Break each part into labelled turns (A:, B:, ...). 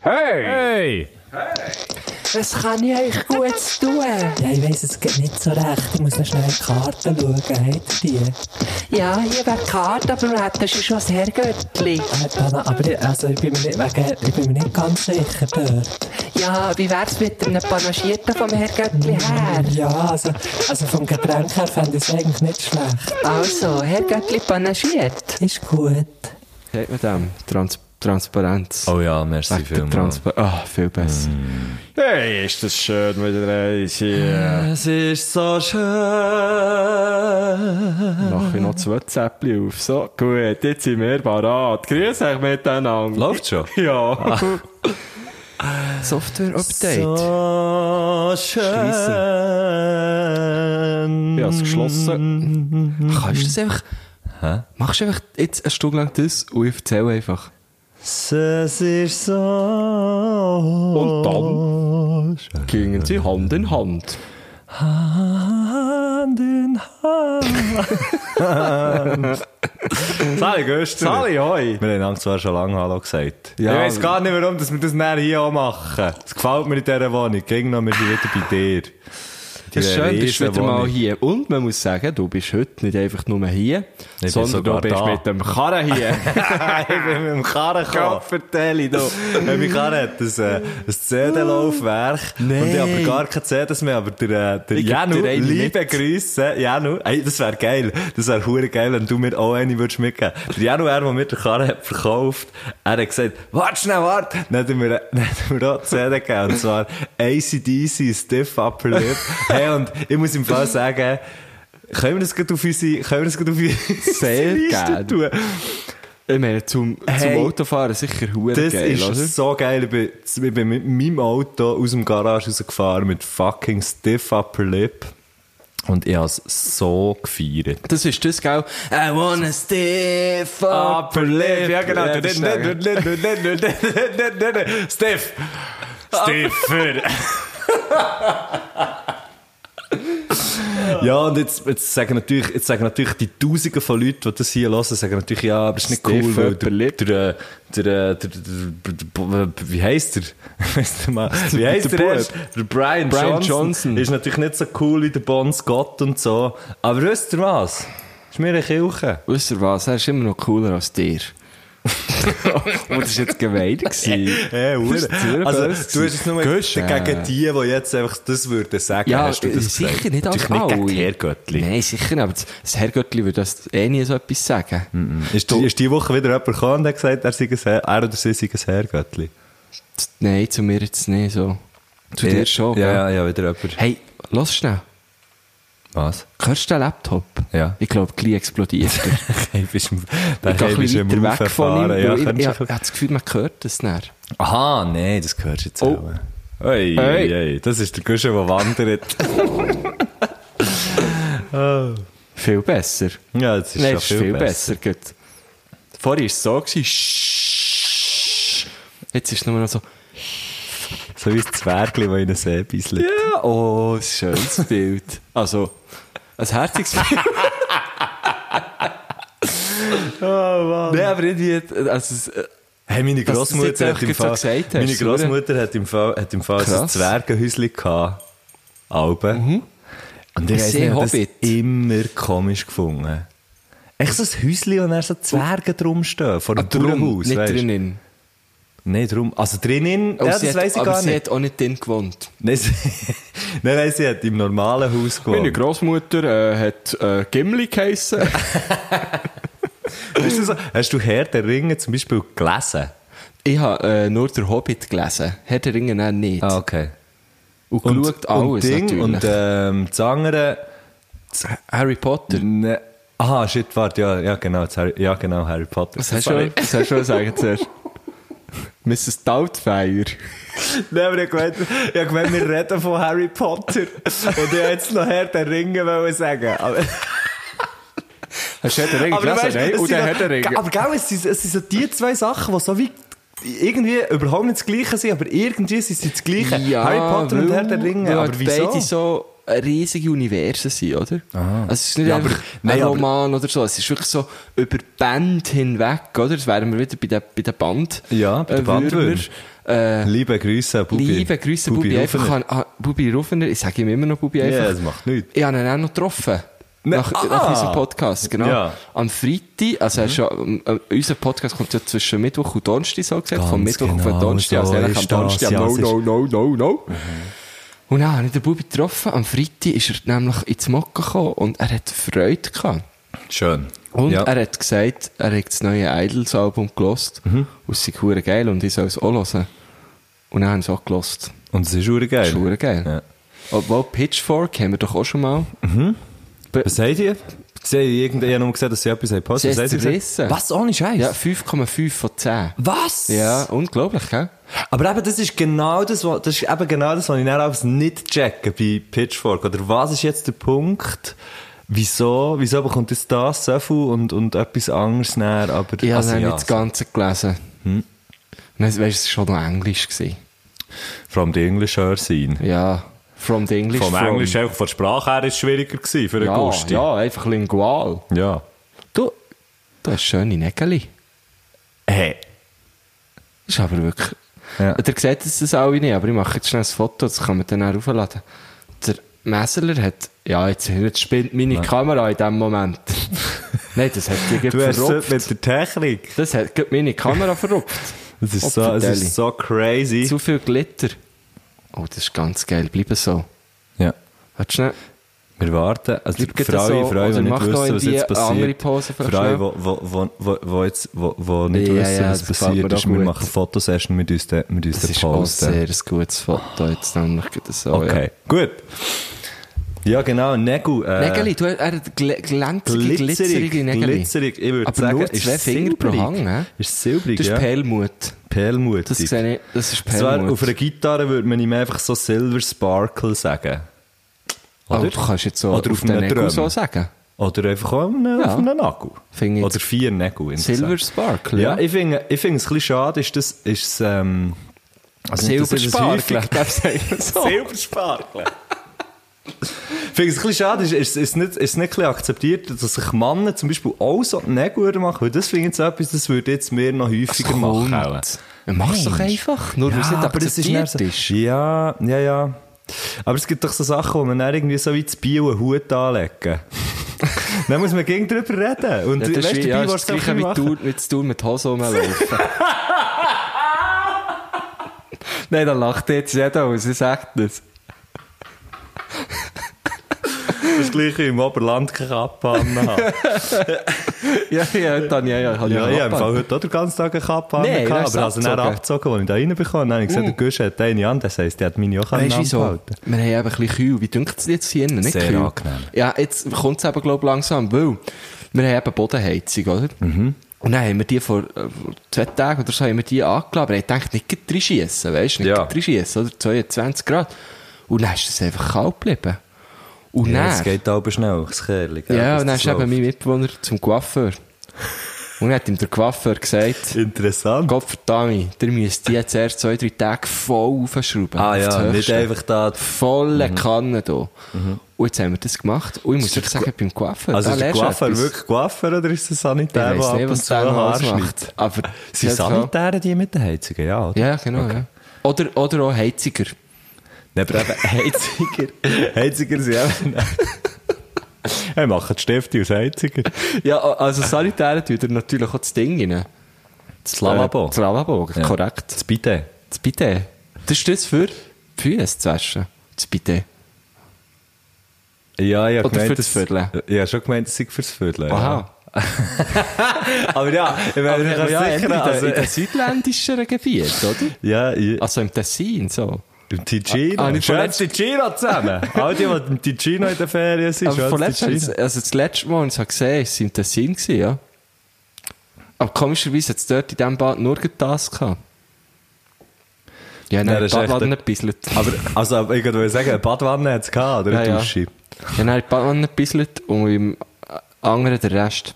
A: Hey!
B: Hey!
C: Was kann ich euch Gutes tun?
D: Ja, ich weiss, es geht nicht so recht. Ich muss noch schnell in die Karten schauen. Habt ihr die? äh,
C: Ja, hier wäre die Karte, aber wir hätten schon das Herrgöttli.
D: Äh, Dana, aber ich, also ich, bin mir nicht, wegen, ich bin mir nicht ganz sicher dort.
C: Ja, wie wär's mit einem Panagierten vom Herrgöttli her?
D: Ja, also, also vom Getränk her fände ich es eigentlich nicht schlecht.
C: Also, Herrgöttli panagiert.
D: Ist gut.
A: Sagt man dem? Trans Transparenz.
B: Oh ja, merci
A: Wegen der
B: vielmals.
A: Transpa- Ah, viel besser. Mm. Hey, ist das schön mit der hier.
B: Es ist so schön.
A: Mache ich noch zwei Zäppchen auf. So, gut, jetzt sind wir parat. Grüß euch miteinander.
B: Läuft schon.
A: Ja. Software-Update.
B: So schön.
A: Ich hab's geschlossen. Kannst du das einfach...
B: Hä?
A: Machst du einfach jetzt eine Stunde lang das und ich erzähle einfach.
B: Es ist so
A: Und dann gingen sie Hand in Hand.
B: Hand in Hand. Sali, grüß dich.
A: Sali, hoi!
B: Wir haben Angst, zwar schon lange Hallo gesagt.
A: Ja.
B: ich weiss gar nicht, warum dass wir das näher hier auch machen. Es gefällt mir in dieser Wohnung. Gegen noch, wir sind wieder bei dir.
A: Das ist
B: Diese
A: schön, bist du wieder
B: Riesenwohnung.
A: mal hier. Und man muss sagen, du bist heute nicht einfach nur hier,
B: bin
A: sondern du
B: sogar
A: bist
B: da.
A: mit dem Karren hier.
B: ich bin mit dem Karren gekommen.
A: Gott, vertell ich doch.
B: Hey, mein Karren hat ein, äh, ein CD-Laufwerk.
A: Nein.
B: Und ich habe aber gar keine CDs mehr. Aber der, äh, der
A: Ich geb
B: Janu,
A: dir eine
B: liebe Grüße. Janu, ey, das wäre geil. Das wäre hure geil, wenn du mir auch eine würdest mitgeben. Der Janu, er, der mir den Karren hat verkauft, er hat gesagt, warte schnell, warte. Dann hat er mir, dann hat er mir auch die CD gegeben. Und zwar ACDC, Stiff Upper Lip. Hey, und ich muss im Fall sagen, können wir das gerade auf unsere, können wir das gerade auf unsere
A: Sehr
B: Liste
A: gerne.
B: tun?
A: Ich meine, zum,
B: Hey,
A: zum Autofahren sicher hure
B: Das
A: geil,
B: ist
A: oder?
B: so geil. Ich bin, ich bin mit meinem Auto aus dem Garage rausgefahren mit fucking Stiff Upper Lip. Und ich habe es so gefeiert.
A: Das ist das, gell? I wanna stiff upper lip.
B: Ja, genau.
A: das ist der-
B: Stiff! Stiffer! Ja, und jetzt, jetzt, sagen natürlich, jetzt sagen natürlich die Tausenden von Leuten, die das hier hören, sagen natürlich, ja, aber das ist nicht
A: Stiff
B: cool, weil
A: upper
B: der, der,
A: lip.
B: der, der, der, der, der, der wie heisst der? Weisst du mal, wie heisst
A: der
B: der?
A: Bub.
B: erst? Der Brian,
A: Brian
B: Johnson.
A: Johnson.
B: Ist natürlich nicht so cool wie der Bon Scott und so. Aber wisst ihr was? Ist mir eine Kirche.
A: Wisst ihr was? Er ist immer noch cooler als dir. Und das war jetzt gemein. gewesen.
B: Hey,
A: Das
B: also,
A: ist sehr böse
B: du hast es nur
A: Gösche.
B: gegen die, die jetzt einfach das würden sagen.
A: äh, Ja,
B: hast du das
A: sicher
B: gesagt.
A: nicht
B: Natürlich
A: alle.
B: nicht gegen die Herrgöttli.
A: Nein, sicher nicht. Aber das- das Herrgöttli würde das eh nie so etwas sagen.
B: Ist, die- ist diese Woche wieder jemand gekommen und hat gesagt, er, sei ein Herr, er oder sie sei ein Herrgöttli?
A: Nein, zu mir jetzt nicht so. Zu dir schon,
B: Ja,
A: gell?
B: ja, ja, wieder jemand.
A: Hey, los schnell.
B: Was?
A: Hörst du den Laptop?
B: Ja.
A: Ich glaube, gleich explodiert er.
B: Hey, bist du,
A: Ich gehe ein bisschen weiter weg von ihm.
B: Ja,
A: weil ich ich, ich,
B: könntest du-
A: habe das Gefühl, man hört es nicht.
B: Aha, nein, das gehört jetzt
A: Oh.
B: auch. Oi,
A: Hey.
B: oi, oi, das ist der Guschen, der wandert.
A: Viel besser.
B: ja, das ist
A: Nein,
B: schon
A: es ist viel besser. gut. Vorher war es so. Gewesen. Sch- Jetzt ist es nur noch so.
B: So wie ein Zwergli, das in einem See bisselt.
A: Ja, oh, ein schönes Bild. Also, ein herziges Bild. oh Mann. Nein, aber irgendwie, also, es- äh,
B: Hey, meine
A: Dass du das jetzt
B: Großmutter hat
A: einfach
B: im
A: so
B: Fall,
A: gesagt hast,
B: meine
A: oder?
B: Großmutter hat im Fall, hat im Fall so ein
A: Krass. Mhm.
B: Zwergenhäuschen gehabt. Alben. Und ich
A: Ich
B: weiss
A: sehe
B: nicht, ich hab das
A: Hobbit.
B: immer komisch gefunden. Echt so ein Häuschen, wo dann so Zwerge drumstehen, vor dem Bauernhaus,
A: Ah, nicht
B: weisst du?
A: drinnen.
B: Nein, drum. Also drinnen,
A: Aber
B: ja,
A: sie
B: das
A: hat-
B: weiss ich
A: aber
B: gar
A: sie
B: nicht.
A: hat auch nicht drin gewohnt.
B: Nein, sie, nein, nein, sie hat im normalen Haus
A: Meine
B: gewohnt.
A: Großmutter äh, hat Gimli geheissen.
B: Weißt du so, hast du Herr der Ringe zum Beispiel gelesen?
A: ich habe äh, nur der Hobbit gelesen. Herr der Ringe auch nicht.
B: okay.
A: Ah, und
B: Ah. Und,
A: geschaut alles
B: und Ding,
A: natürlich.
B: Und ähm, das andere...
A: Harry Potter.
B: Ne. Aha, shit, warte, ja, ja, genau, jetzt Harry, ja, genau, Harry Potter.
A: Was hast du schon- was hast du schon gesagt zuerst? Mrs. Doubtfire.
B: Nein, aber ich habe gemeint, ich hab gemeint, wir reden von Harry Potter. Und ich wollte jetzt noch Herr der Ringe wollen sagen. Aber,
A: Hast du Herr der Ringe gelesen?
B: weisst,
A: Nein,
B: es
A: ne? und
B: sind
A: der
B: noch-
A: Herr der Ringe.
B: Aber gell, es sind, es sind so die zwei Sachen, die so wie irgendwie überhaupt nicht das Gleiche sind, aber irgendwie sind sie das Gleiche. Harry Potter und
A: weil-
B: Herr der Ringe,
A: weil
B: aber
A: halt
B: wieso?
A: beide so riesige Universen sind, oder? Also es ist nicht
B: Ja, aber-
A: einfach
B: nein,
A: ein
B: aber-
A: Roman oder so, es ist wirklich so über Band hinweg, oder? Das wären wir wieder bei der, bei der Band.
B: Ja, bei der
A: äh, Würmer.
B: Bandwürmer.
A: Äh,
B: Liebe Grüße, an Bubi.
A: Liebe Grüße, Bubi. einfach
B: Rufener.
A: an, an ah, Bubi Rufener. Ich sage ihm immer noch Bubi
B: Ja,
A: einfach.
B: das macht nichts.
A: Ich habe ihn auch noch getroffen.
B: Ne-
A: Nach,
B: Ah!
A: nach unserem Podcast, genau.
B: Ja.
A: Am Freitag, also er ist schon, äh, unser Podcast kommt ja zwischen Mittwoch und Donnerstag, so gesagt,
B: Ganz
A: vom Mittwoch auf den
B: genau,
A: Donnerstag, also
B: so
A: eigentlich am
B: ist das,
A: Donnerstag,
B: ja,
A: no,
B: es ist-
A: no, no, no, no. Und dann habe ich den Bubi getroffen, am Freitag ist er nämlich ins Mokka gekommen und er hat Freude gehabt.
B: Schön.
A: Und
B: ja.
A: er hat gesagt, er hat das neue Idols-Album gelost.
B: Mhm.
A: Und es sei hure geil und ich soll es auch hören. Und dann haben sie es auch gelost.
B: Und es ist hure geil.
A: Das ist hure geil.
B: Ja.
A: Obwohl Pitchfork haben wir doch auch schon mal.
B: Was seid ihr? Sie haben irgendeinen nur gesehen, dass sie etwas haben
A: Sie
B: gepostet.
A: haben es
B: Was habt ihr
A: zerrissen.
B: gesagt? Was? Ohne Scheiß?
A: Ja, 5,5 von 10.
B: Was?
A: Ja, unglaublich, gell?
B: Aber eben, das ist genau das, was- das ist eben genau das, was ich dann alles nicht checke bei Pitchfork. Oder was ist jetzt der Punkt? Wieso? Wieso bekommt jetzt das so viel und, und etwas anderes näher? Aber,
A: Ich habe
B: also
A: dann
B: ja, Hm.
A: nicht das Ganze gelesen. Nein, es- weißt du, es war schon noch Englisch. Gewesen.
B: From the English her sein.
A: Ja, from the English.
B: Vom
A: from-
B: Englisch, einfach von der Sprache her, ist es schwieriger gewesen für den
A: ja,
B: Gusti.
A: ja, einfach lingual.
B: ja.
A: Du, du hast schöne Nägel.
B: Hey.
A: Das ist aber wirklich.
B: Ja.
A: Der sieht jetzt das alle nicht, aber ich mache jetzt schnell ein Foto, das kann man dann auch aufladen. Der Messerler hat. Ja, jetzt, jetzt spinnt meine Kamera in dem Moment. Nein, das hat die
B: Du hast es
A: verrupft.
B: mit der Technik.
A: Das hat gerade meine Kamera verrupft.
B: Das ist, so, es
A: Opferteli.
B: ist so crazy.
A: Zu viel Glitter. Oh, das ist ganz geil. Bleiben so.
B: Ja.
A: Warte schnell.
B: Wir warten. Also
A: Bleibt
B: für alle,
A: so,
B: für alle,
A: oder
B: die nicht
A: macht noch
B: wissen, was
A: irgendwie
B: jetzt
A: eine
B: passiert.
A: andere Pose vielleicht
B: für alle,
A: schnell.
B: die wo, wo, wo, wo jetzt, wo, wo nicht
A: Ja,
B: wissen,
A: ja,
B: was
A: das gefällt
B: passiert
A: mir
B: ist,
A: auch
B: wir
A: gut.
B: machen Fotosession mit uns, de, mit uns
A: Das
B: de
A: ist auch
B: Posten.
A: sehr ein gutes Foto. Jetzt nämlich gerade so.
B: Okay, gut. Ja, genau, Nägel.
A: Ja.
B: Äh,
A: Nägeli, du, er hat gl glänzige,
B: glitzerig,
A: glitzerige Nägeli.
B: glitzerig. Ich würde
A: Aber
B: sagen,
A: nur zwei
B: ist
A: Finger pro
B: silbrig.
A: Hang. hä?
B: Ist silbrig,
A: Das ist
B: ja.
A: Perlmut.
B: Perlmutig.
A: Das sehe ich, das ist
B: Das wär-
A: Perlmut.
B: auf einer Gitarre würde man ihm einfach so Silver Sparkle sagen.
A: Aber
B: Oder?
A: Oh, du kannst jetzt so
B: Oder
A: auf
B: auf
A: den
B: einem
A: Nägel
B: Drum.
A: so sagen.
B: Oder einfach auch auf einem,
A: Ja.
B: auf einem Nagel.
A: Finde ich
B: Oder
A: jetzt-
B: vier Nägel. insgesamt.
A: Silver Sparkle,
B: Ja,
A: ja.
B: ich finde ich finde es ein bisschen schade, ist das, ist es, ähm, also nicht, dass ich das
A: Silbersparkle,
B: häufig-
A: darf ich sagen. So.
B: Silbersparkle. Oh. Ich finde es ein bisschen schade, ist, ist, ist nicht, ist nicht ein bisschen akzeptiert, dass sich Männer zum Beispiel auch so die Nägel würden machen, weil das finde ich jetzt etwas, das würde jetzt mehr noch häufiger machen. auch.
A: Ja, Mach's doch einfach, nur weil es nicht akzeptiert ist.
B: dann so- Ja, ja, ja. Aber es gibt doch so Sachen, wo man dann irgendwie so wie zu Bio einen Hut anlegen. dann muss man gegen drüber reden. Und
A: Ja, das
B: weißt
A: ist
B: du,
A: wie, ja,
B: Bio
A: ist das
B: willst du
A: gleiche
B: auch
A: wie
B: machen.
A: du, wie du mit Hose rumlaufen. Nein, dann lacht jetzt jeder aus, ich sagt das.
B: Das gleiche im Oberland keine Kappe anhaben.
A: Ja, ja, dann, ja, ja,
B: Ja, ich habe im Fall heute auch den ganzen Tag eine Kappe
A: Nee,
B: nee,
A: du
B: aber
A: hast
B: ich habe sie dann
A: abgezogen.
B: abgezogen, als ich da reinbekomme. Und Dann habe ich gesehen,
A: Uh.
B: der Gusch hat eine an, das heisst, der hat meine auch
A: Weißt du wieso? Wir haben
B: angehalten.
A: eben ein bisschen Kühl. Wie dünkt es jetzt hier innen? Nicht
B: Sehr
A: kühl.
B: angenehm.
A: Ja, jetzt kommt es eben, glaube ich, langsam, weil wir haben eben Bodenheizung, oder? Mhm. Und dann haben wir die vor, äh, vor zwei Tagen oder so haben wir die angeladen. Wir haben gedacht, nicht gerade reinschiessen, weißt du? Nicht
B: Ja.
A: gerade reinschiessen, oder? 22 Grad. Und dann ist es einfach kalt geblieben. Und
B: Ja,
A: dann...
B: es geht aber schnell, das Kerl.
A: Ja,
B: gell, dass
A: und dann
B: das
A: ist eben
B: läuft.
A: mein Mitbewohner zum Coiffeur. Und dann hat ihm der Coiffeur gesagt,
B: Interessant.
A: Gott verdammt, der müsst die jetzt erst zwei, drei Tage voll aufschrauben.
B: Ah
A: auf das
B: ja, nicht
A: Höchste.
B: einfach da...
A: Volle Kanne hier. Und jetzt haben wir Mhm. das gemacht. Und ich muss wirklich sagen, beim Coiffeur,
B: Also
A: da
B: ist der
A: lernst du
B: Coiffeur
A: etwas.
B: wirklich Coiffeur oder ist es ein
A: Ich
B: Sanitär,
A: weiss nicht, was der noch ausmacht. Aber
B: Sind
A: auf jeden Fall-
B: Sanitäre die mit den Heizungen, ja, oder?
A: Ja, genau. Ja. Oder, oder auch Heiziger.
B: Nein, aber eben Heiziger. Heiziger sind eben... Hey, machen die Stifte aus Heiziger.
A: Ja, also Sanitäre tut er natürlich auch das Ding rein.
B: Das Lavabo.
A: Äh, Das Lavabo,
B: Ja.
A: korrekt.
B: Das Bidet.
A: Das Bidet. Das ist das für die Füße zu waschen. Das Bidet.
B: Ja, ja,
A: Oder für das Viertel.
B: Ja, schon gemeint, es sei fürs Viertel.
A: Aha.
B: Ja. Aber ja, ich
A: Aber
B: meine, ich
A: ja,
B: kann
A: ja,
B: sicher,
A: in
B: also,
A: den, in den südländischen Gebieten, oder?
B: ja, ich,
A: Also im Tessin, so.
B: im Ticino.
A: Ah, ah,
B: Ah,
A: nicht
B: Schön
A: verletzt.
B: Ticino zusammen. All die, die im Ticino in der Ferien sind,
A: Aber
B: schön
A: von
B: das
A: letztem, also
B: Ticino.
A: das letzte Mal, als ich es habe gesehen habe, war es im Tessin, gewesen, ja. Aber komischerweise hat es dort in diesem Bad nur gerade das gehabt. Ja,
B: Nein,
A: nein, die
B: das ist echt
A: Badwanne
B: ein-
A: gebisselt.
B: Aber, also, aber ich würde sagen, eine Badwanne hat es gehabt, oder?
A: ja,
B: Eine
A: ja.
B: Dusche.
A: Ja, nein, die Badwanne gebisselt und im äh, anderen der Rest.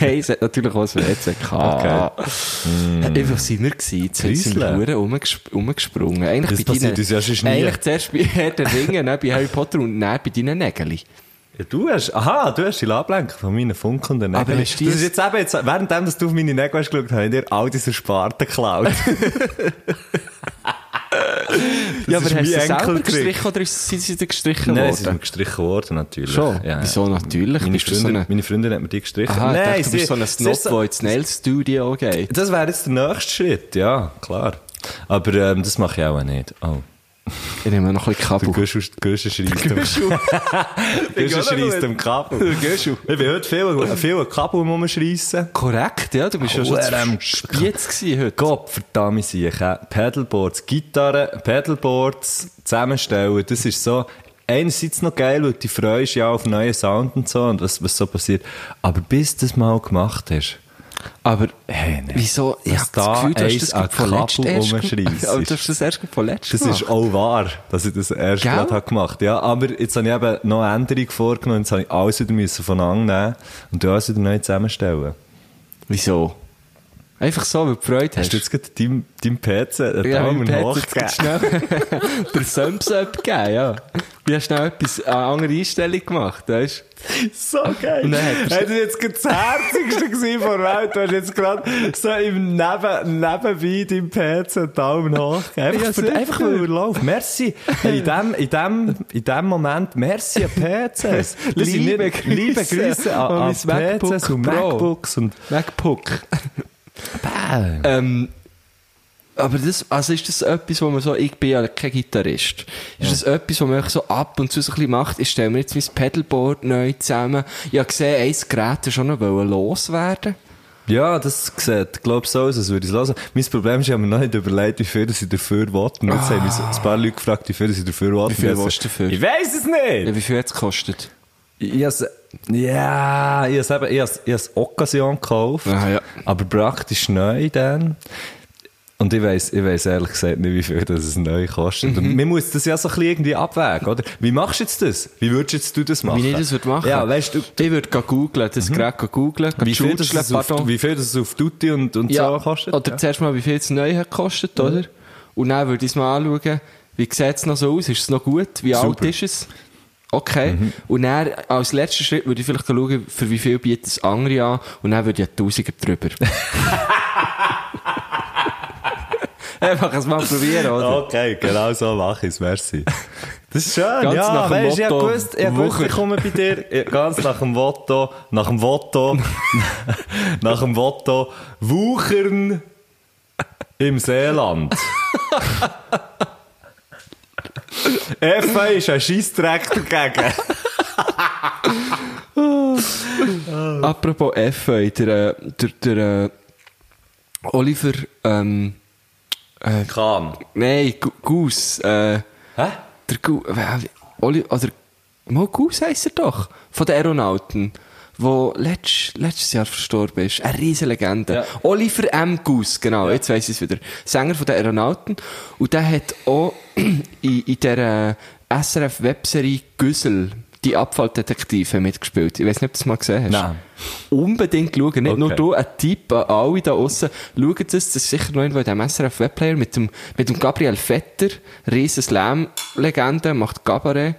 A: Nein, es hat natürlich auch ein WC gehabt. Hm. Einfach sind wir gewesen. Jetzt sind wir
B: Ah, Hm. Grüßle.
A: verdammt rumgesp rumgesprungen. Eigentlich
B: Das
A: bei deinen-
B: passiert uns ja sonst nie.
A: Eigentlich zuerst bei Herr der Ringe, dann bei Harry Potter und dann bei deinen Nägeln.
B: Ja, du hast, aha, du hast dich abgelenkt von meinen funkelnden Nägeln.
A: Aber hast du
B: das ist
A: es-
B: jetzt eben, jetzt, währenddem, dass du auf meine Nägel hast geschaut, habe ich dir all diese Sparten geklaut.
A: ja,
B: Das
A: aber
B: ist
A: hast du
B: mein
A: sie selber
B: Enkeltrick.
A: gestrichen oder ist- sind sie dir gestrichen
B: Nein, sie ist mir
A: worden?
B: gestrichen worden, natürlich.
A: Schon?
B: Ja, ja.
A: Wieso natürlich?
B: Meine
A: Bist du so
B: Freundin,
A: eine-
B: meine Freundin hat mir die gestrichen.
A: Aha, ich dachte, du bist
B: sie-
A: so ein
B: sie
A: Snob,
B: ist so-
A: der ins Nail-Studio geht.
B: Das wäre jetzt der nächste Schritt, ja, klar. Aber ähm, das mache ich auch nicht. Oh.
A: Ich nehme noch ein bisschen
B: Der
A: Kabel.
B: Güschel Güschel schreist dem Güschel schreist dem Kabel.
A: Der Güschel.
B: Ich bin heute viel, viel an Kabel rumschreissen.
A: Korrekt, ja, du bist ja
B: Oh, ähm,
A: schon spitz gewesen heute.
B: Gott, verdammt, ich Pedalboards, Gitarre, Pedalboards zusammenstellen, das ist so, einerseits noch geil, weil du freust ja auf neue Sound und so und was, was so passiert, aber bis du das mal gemacht hast,
A: Aber
B: hey, nee.
A: wieso? Ich
B: Dass
A: habe das
B: da
A: Gefühl, du hast
B: eins
A: das
B: an
A: gerade von letztem
B: Kabel
A: erst
B: rumschreissest.
A: gemacht. Aber du hast das erst gerade von letztem
B: Das ist
A: gemacht.
B: auch wahr, dass ich das erst
A: Gell?
B: gerade habe gemacht habe. Ja, aber jetzt habe ich eben noch eine Änderung vorgenommen, jetzt habe ich alles wieder müssen von annehmen und du alles wieder neu zusammenstellen.
A: Wieso? Einfach so, weil du Freude hast.
B: Hast du jetzt gerade deinem dein PC einen
A: ja,
B: Daumen
A: mein Pet, jetzt
B: hochgegeben?
A: geht's schnell der Sumps abgegeben, ja. Du hast schnell etwas, eine andere Einstellung gemacht, weißt du?
B: So geil.
A: Und dann hat er-
B: Hey, das war jetzt gerade das Herzigste gewesen von der Welt. Du hast jetzt gerade so im Neben, nebenbei deinem PC einen Daumen hoch. Einfach,
A: Ja,
B: für,
A: sicher.
B: einfach weil er läuft. Merci. Hey, in, dem, in, dem, in dem Moment, merci an PCs. Das sind
A: Liebe
B: nicht- liebe
A: Grüße
B: Grüße an,
A: an
B: an PCs
A: mein MacBook
B: und
A: Pro.
B: MacBooks. Und Äh.
A: Wegpuck. Ähm, aber das, also ist das etwas, wo man so, ich bin ja kein Gitarrist. Ist das etwas, was man einfach so ab und zu so ein bisschen macht? Ich stelle mir jetzt mein Pedalboard neu zusammen. Ich habe gesehen, ein Gerät wollte schon noch loswerden.
B: ja, das sieht, glaube ich, so aus, als würde ich es hören. Mein Problem ist, ich habe mir noch nicht überlegt, wie viel dass ich dafür wollte. Und jetzt haben mich so ein paar Leute gefragt, wie viel dass ich dafür wollte.
A: viel
B: Und ich so,
A: willst du dafür?
B: Ich weiß es nicht.
A: Ja, wie viel hat es gekostet?
B: Ich has, ja, ich has eben, ich has, ich has Occasion gekauft,
A: Aha, ja.
B: aber praktisch neu dann. Und ich weiss, ich weiss ehrlich gesagt nicht, wie viel das es neu kostet.
A: Mhm.
B: Und man muss das ja so ein bisschen irgendwie abwägen, oder? Wie machst du jetzt das? Wie würdest jetzt du das machen?
A: Wie ich das würde machen?
B: Ja, weißt du, Mhm.
A: ich würde gehen googlen, das Gerät gehen googlen, gehen
B: wie viel, das
A: schutzeln,
B: es auf,
A: pardon.
B: wie viel das es auf Tutti und, und so kostet? Mhm.
A: Oder zuerst mal, wie viel es neu hat gekostet, oder? Und dann würde ich es mal anschauen, wie sieht es noch so aus? Ist es noch gut? Wie alt
B: Super. Mhm.
A: ist es? Okay. Und dann, als letzten Schritt, würde ich vielleicht schauen, für wie viel bietet es andere an. Und dann würde ich einen Tausiger drüber. Einfach es mal probieren, oder?
B: Okay, genau so mache ich es, merci. Das ist schön,
A: Ganz
B: ja,
A: nach dem
B: weißt, ich
A: Motto
B: hab gewusst, ich hab gewusst,
A: Wucher.
B: ich komme bei dir ja, ganz nach dem Motto, nach dem Motto, nach dem Motto, Wuchern im Seeland. FA ist ein Scheissdreck dagegen.
A: Apropos FA, der, äh, der, der äh, Oliver, ähm,
B: Kann.
A: nein, Gu- Goose, äh,
B: Hä?
A: Der Gu äh, Oli oder Mo Goose heisst er doch. Von den Aeronauten. Wo letzt, letztes Jahr verstorben ist. Eine riesige Legende.
B: Ja.
A: Oliver M. Goose, genau, jetzt weiss ich es wieder. Sänger von den Aeronauten. Und der hat auch in, in der SRF-Webserie Güssel die Abfalldetektive mitgespielt. Ich weiß nicht, ob du das mal gesehen hast.
B: Nein.
A: Unbedingt schauen. Nicht
B: Okay.
A: nur du, ein Tipp an alle da aussen. Schaut es, das ist sicher noch irgendwo in diesem SRF-Webplayer mit dem, mit dem Gabriel Vetter, riesen Slam-Legende, macht Cabaret.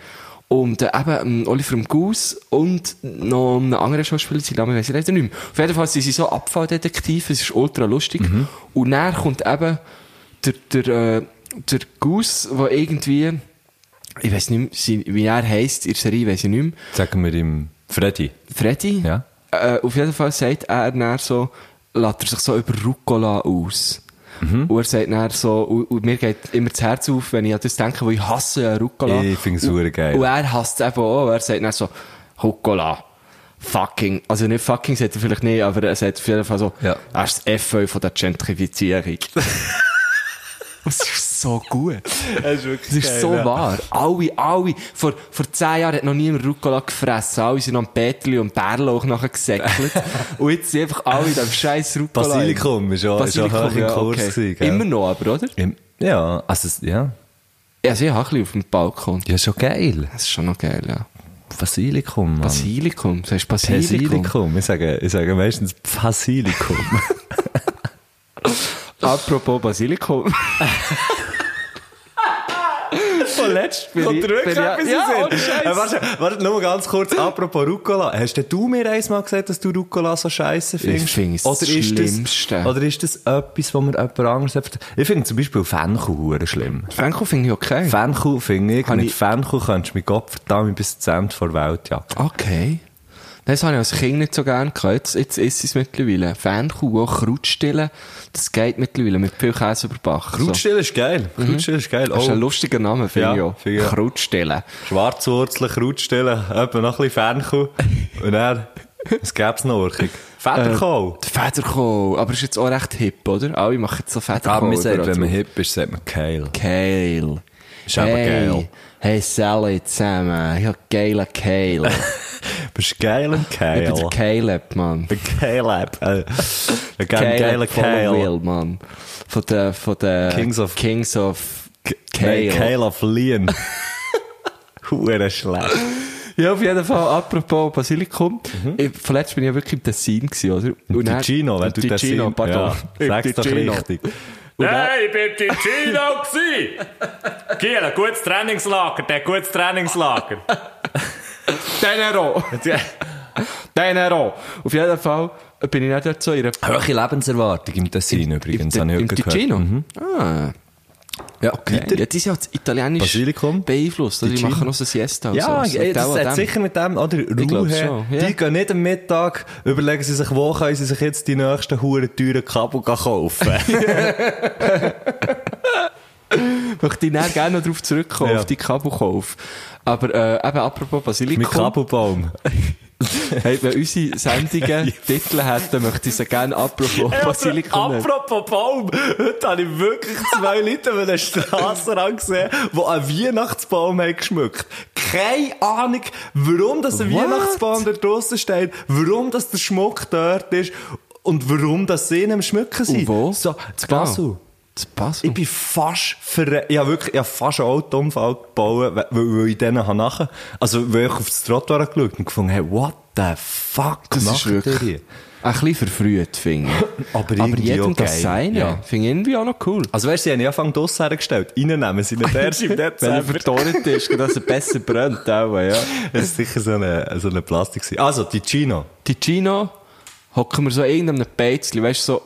A: Und äh, eben ähm, Oliver Gus und noch einen anderen Schauspieler, sein Name weiss ich leider nicht mehr. Auf jeden Fall sind sie so Abfalldetektive, es ist ultra lustig. Und dann kommt eben der, der, äh, der Gus, der irgendwie, ich weiß nicht mehr, sein- wie er heisst, in der Serie weiss ich nicht mehr,
B: Sagen wir ihm Freddy.
A: Freddy?
B: Ja.
A: Äh, auf jeden Fall sagt er dann so, lässt er sich so über Rucola aus.
B: Mhm.
A: Und er sagt dann so, und, und mir geht immer das Herz auf, wenn ich an das denke, weil ich hasse ja Rucola.
B: Ich find's
A: Und-
B: verdammt geil.
A: Und er hasst es eben auch, und er sagt dann so, Rucola. Fucking, also nicht fucking sagt er vielleicht nicht, aber er sagt auf jeden Fall so,
B: Ja.
A: er ist das FÖ von der Gentrifizierung. das ist so gut.
B: Das ist wirklich
A: Das ist so wahr. Alle, alle. Vor, vor zehn Jahren hat noch niemand Rucola gefressen. Alle sind am Petli und Bärlauch nachher gesäckelt. und jetzt sind einfach alle in diesem scheiß Rucola.
B: Basilikum ist auch, ist auch hoch im
A: ja,
B: Kurs
A: okay.
B: gewesen, gell?
A: Immer noch, aber, oder?
B: Im- Ja, also, es- ja.
A: Also ich habe ein bisschen auf dem Balkon.
B: Ja, schon geil.
A: Das ist schon noch geil, ja.
B: Basilikum, Mann.
A: Basilikum. Das heißt Basilikum.
B: Basilikum. Ich sage, ich sage meistens Basilikum.
A: Apropos Basilikum.
B: von letztem
A: Bin
B: kommt
A: ich-
B: dir wirklich
A: bin ich-
B: etwas
A: Ja,
B: in den
A: ohne
B: Sinn?
A: Scheiß.
B: Äh, Warte, warte, nur ganz kurz, apropos Rucola. Hast denn du mir einmal gesagt, dass du Rucola so scheiße findest?
A: finde es das Schlimmste.
B: Das, oder ist das etwas, was mir jemand anderes hat? Ich finde zum Beispiel Fenchel hure schlimm.
A: Fenko finde ich okay.
B: Fenchel finde ich,
A: Habe
B: mit
A: ich-
B: Fenchel könntest du mich Gott verdammt bis zu Ende vor Welt jagen.
A: Okay. Das habe ich als Kind nicht so gerne gehabt. Jetzt, jetzt ist es mittlerweile. Fernkuh, auch Krautstillen, das geht mittlerweile mit viel Käse überbacken.
B: Krautstill ist geil. Krautstill Mhm. ist geil.
A: Das ist ein
B: Oh,
A: lustiger Name, finde
B: Ja,
A: ich auch.
B: finde ich auch.
A: Krautstillen.
B: Schwarzwurzeln, Krautstille, etwa noch ein bisschen Fenchel. Und dann, es gäbe es noch
A: Ähm,
B: Orchig.
A: Äh,
B: Federkohl.
A: Der Federkohl. Aber ist jetzt auch recht hip, oder? Alle machen jetzt so Federkohl.
B: Aber man sagt,
A: überall
B: wenn man
A: drauf.
B: hip ist, sagt man geil.
A: Kale.
B: Ist aber geil.
A: Hey Sally zusammen, ich hab geile Kale.
B: Bist du geil und
A: Ich bin der
B: Kale?
A: Caleb, Mann.
B: Ein Kale-App. Äh, Ein geiler
A: Caleb Kale.
B: Kale.
A: Will, Mann. Von der, von der
B: Kings of-
A: Kings of
B: Nein,
A: Kale.
B: Kale of Lean. Hure schlecht.
A: Ja, auf jeden Fall, apropos Basilikum. Ich, vorletzt bin ich ja wirklich im Tessin gewesen, oder? Und
B: Mhm. Im
A: dann-
B: Ticino, wenn
A: im
B: du
A: Ticino,
B: Tessin-
A: pardon.
B: Ja,
A: Im
B: sag's doch
A: Ticino.
B: richtig.
A: Und dann-
E: Nein, ich bin Ticino gsi. Giel, ein gutes Trainingslager, der gutes Trainingslager.
A: Denero! Denero! Auf jeden Fall bin ich dann dort so in einer
B: Höhe Lebenserwartung im Tessin übrigens, habe ich
A: Im
B: heute gehört.
A: Ticino?
B: Mhm.
A: Ah. Ja, okay.
B: Weiter?
A: Ja, die sind ja das italienisch
B: Basilikum?
A: beeinflusst. oder? Die
B: Ticino?
A: machen noch so Siesta. und
B: Ja,
A: sowas.
B: ey,
A: Liegt
B: das
A: auch an
B: hat
A: dem.
B: sicher mit dem, oder?
A: glaub
B: Ruhe.
A: schon, ja.
B: Die gehen nicht am Mittag, überlegen sie sich, wo können sie sich jetzt die nächsten huren teuren Kabel kaufen.
A: möchte ich dann gerne noch darauf zurückkommen,
B: Ja.
A: auf die Kabelkauf. Aber äh, eben apropos Basilikum.
B: mit Kabelbaum.
A: Hey, wenn unsere Sendungen Titel hätten, möchte ich sie gerne apropos Basilikum nennen.
B: also Apropos Baum, heute habe ich wirklich zwei Leute an einem Strassenrand gesehen, die einen Weihnachtsbaum haben geschmückt Keine Ahnung, warum das ein
A: What?
B: Weihnachtsbaum da draussen steht, warum das der Schmuck dort ist und warum das sie ihn am Schmücken sind.
A: Und wo?
B: So, zu
A: Genau.
B: Basel.
A: Das Basel.
B: Ich bin fast verre... Ich habe wirklich ich habe fast einen Autounfall gebaut, weil, weil ich denen habe nachher... Also, weil ich auf das Trottoir habe geschaut und gefunden habe, what the fuck
A: das
B: macht
A: ist wirklich
B: ihr hier?
A: ein bisschen verfrüht, finde ich.
B: Aber irgendwie
A: jedem
B: auch
A: das
B: geil.
A: Seine.
B: Ja.
A: Finde ich irgendwie auch noch cool.
B: Also weißt du, sie haben ja Anfang draussen hergestellt. Reinnehmen sie nicht erst im
A: Wenn er
B: Dezember.
A: verdorrt ist, dass er besser brennt. Auch, ja.
B: Das ist sicher so eine, so eine Plastik. gewesen. Also, Ticino.
A: Ticino hocken wir so in irgendeinem Beizli, weißt du, so,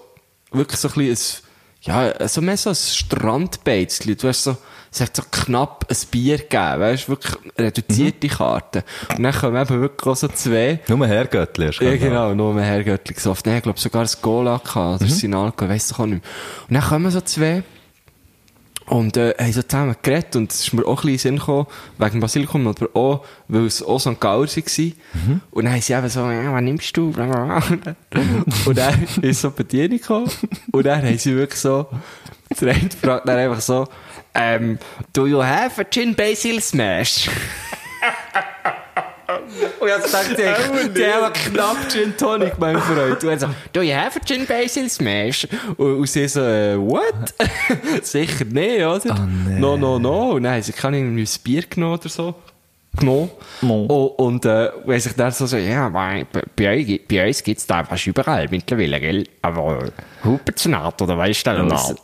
A: wirklich so ein bisschen, ein- ja, so mehr so ein Strandbeizli. Du hast so, es hat so knapp ein Bier gegeben, weißt du, wirklich reduzierte Karten. Und dann kommen eben wirklich auch so zwei,
B: Nur Herrgöttli hast du
A: ja,
B: gehabt.
A: genau, nur mehr hergöttlich gesoffen. Nein, ich glaube sogar ein Gola gehabt, oder mhm. Sinal gehabt, weiss doch auch nicht mehr. Und dann kommen so zwei und äh, haben so zusammen geredet und es ist mir auch ein bisschen in den Sinn gekommen, wegen dem Basilikum, aber auch, weil es auch St. Gauer waren. Und dann haben sie eben so, ja, was nimmst du? Bla, bla, bla. Und dann ist so die Bedienung gekommen und dann haben sie wirklich so, der eine fragt dann einfach so, ähm, do you have a Gin Basil Smash? Und jetzt dachte ich, die haben knapp Gin Tonic, mein Freund. Und er so, do you have a Gin Basil Smash? Und, und sie so, äh, what? Sicher nicht, oder? No, no, no. Und dann haben sie keine irgendwie ein Bier genommen oder so. Genommen. Und, und, äh, und haben sich dann so, so ja, bei, bei, euch, bei uns gibt's da fast überall mittlerweile, gell? Aber Hubertsnaht oder weißt du noch?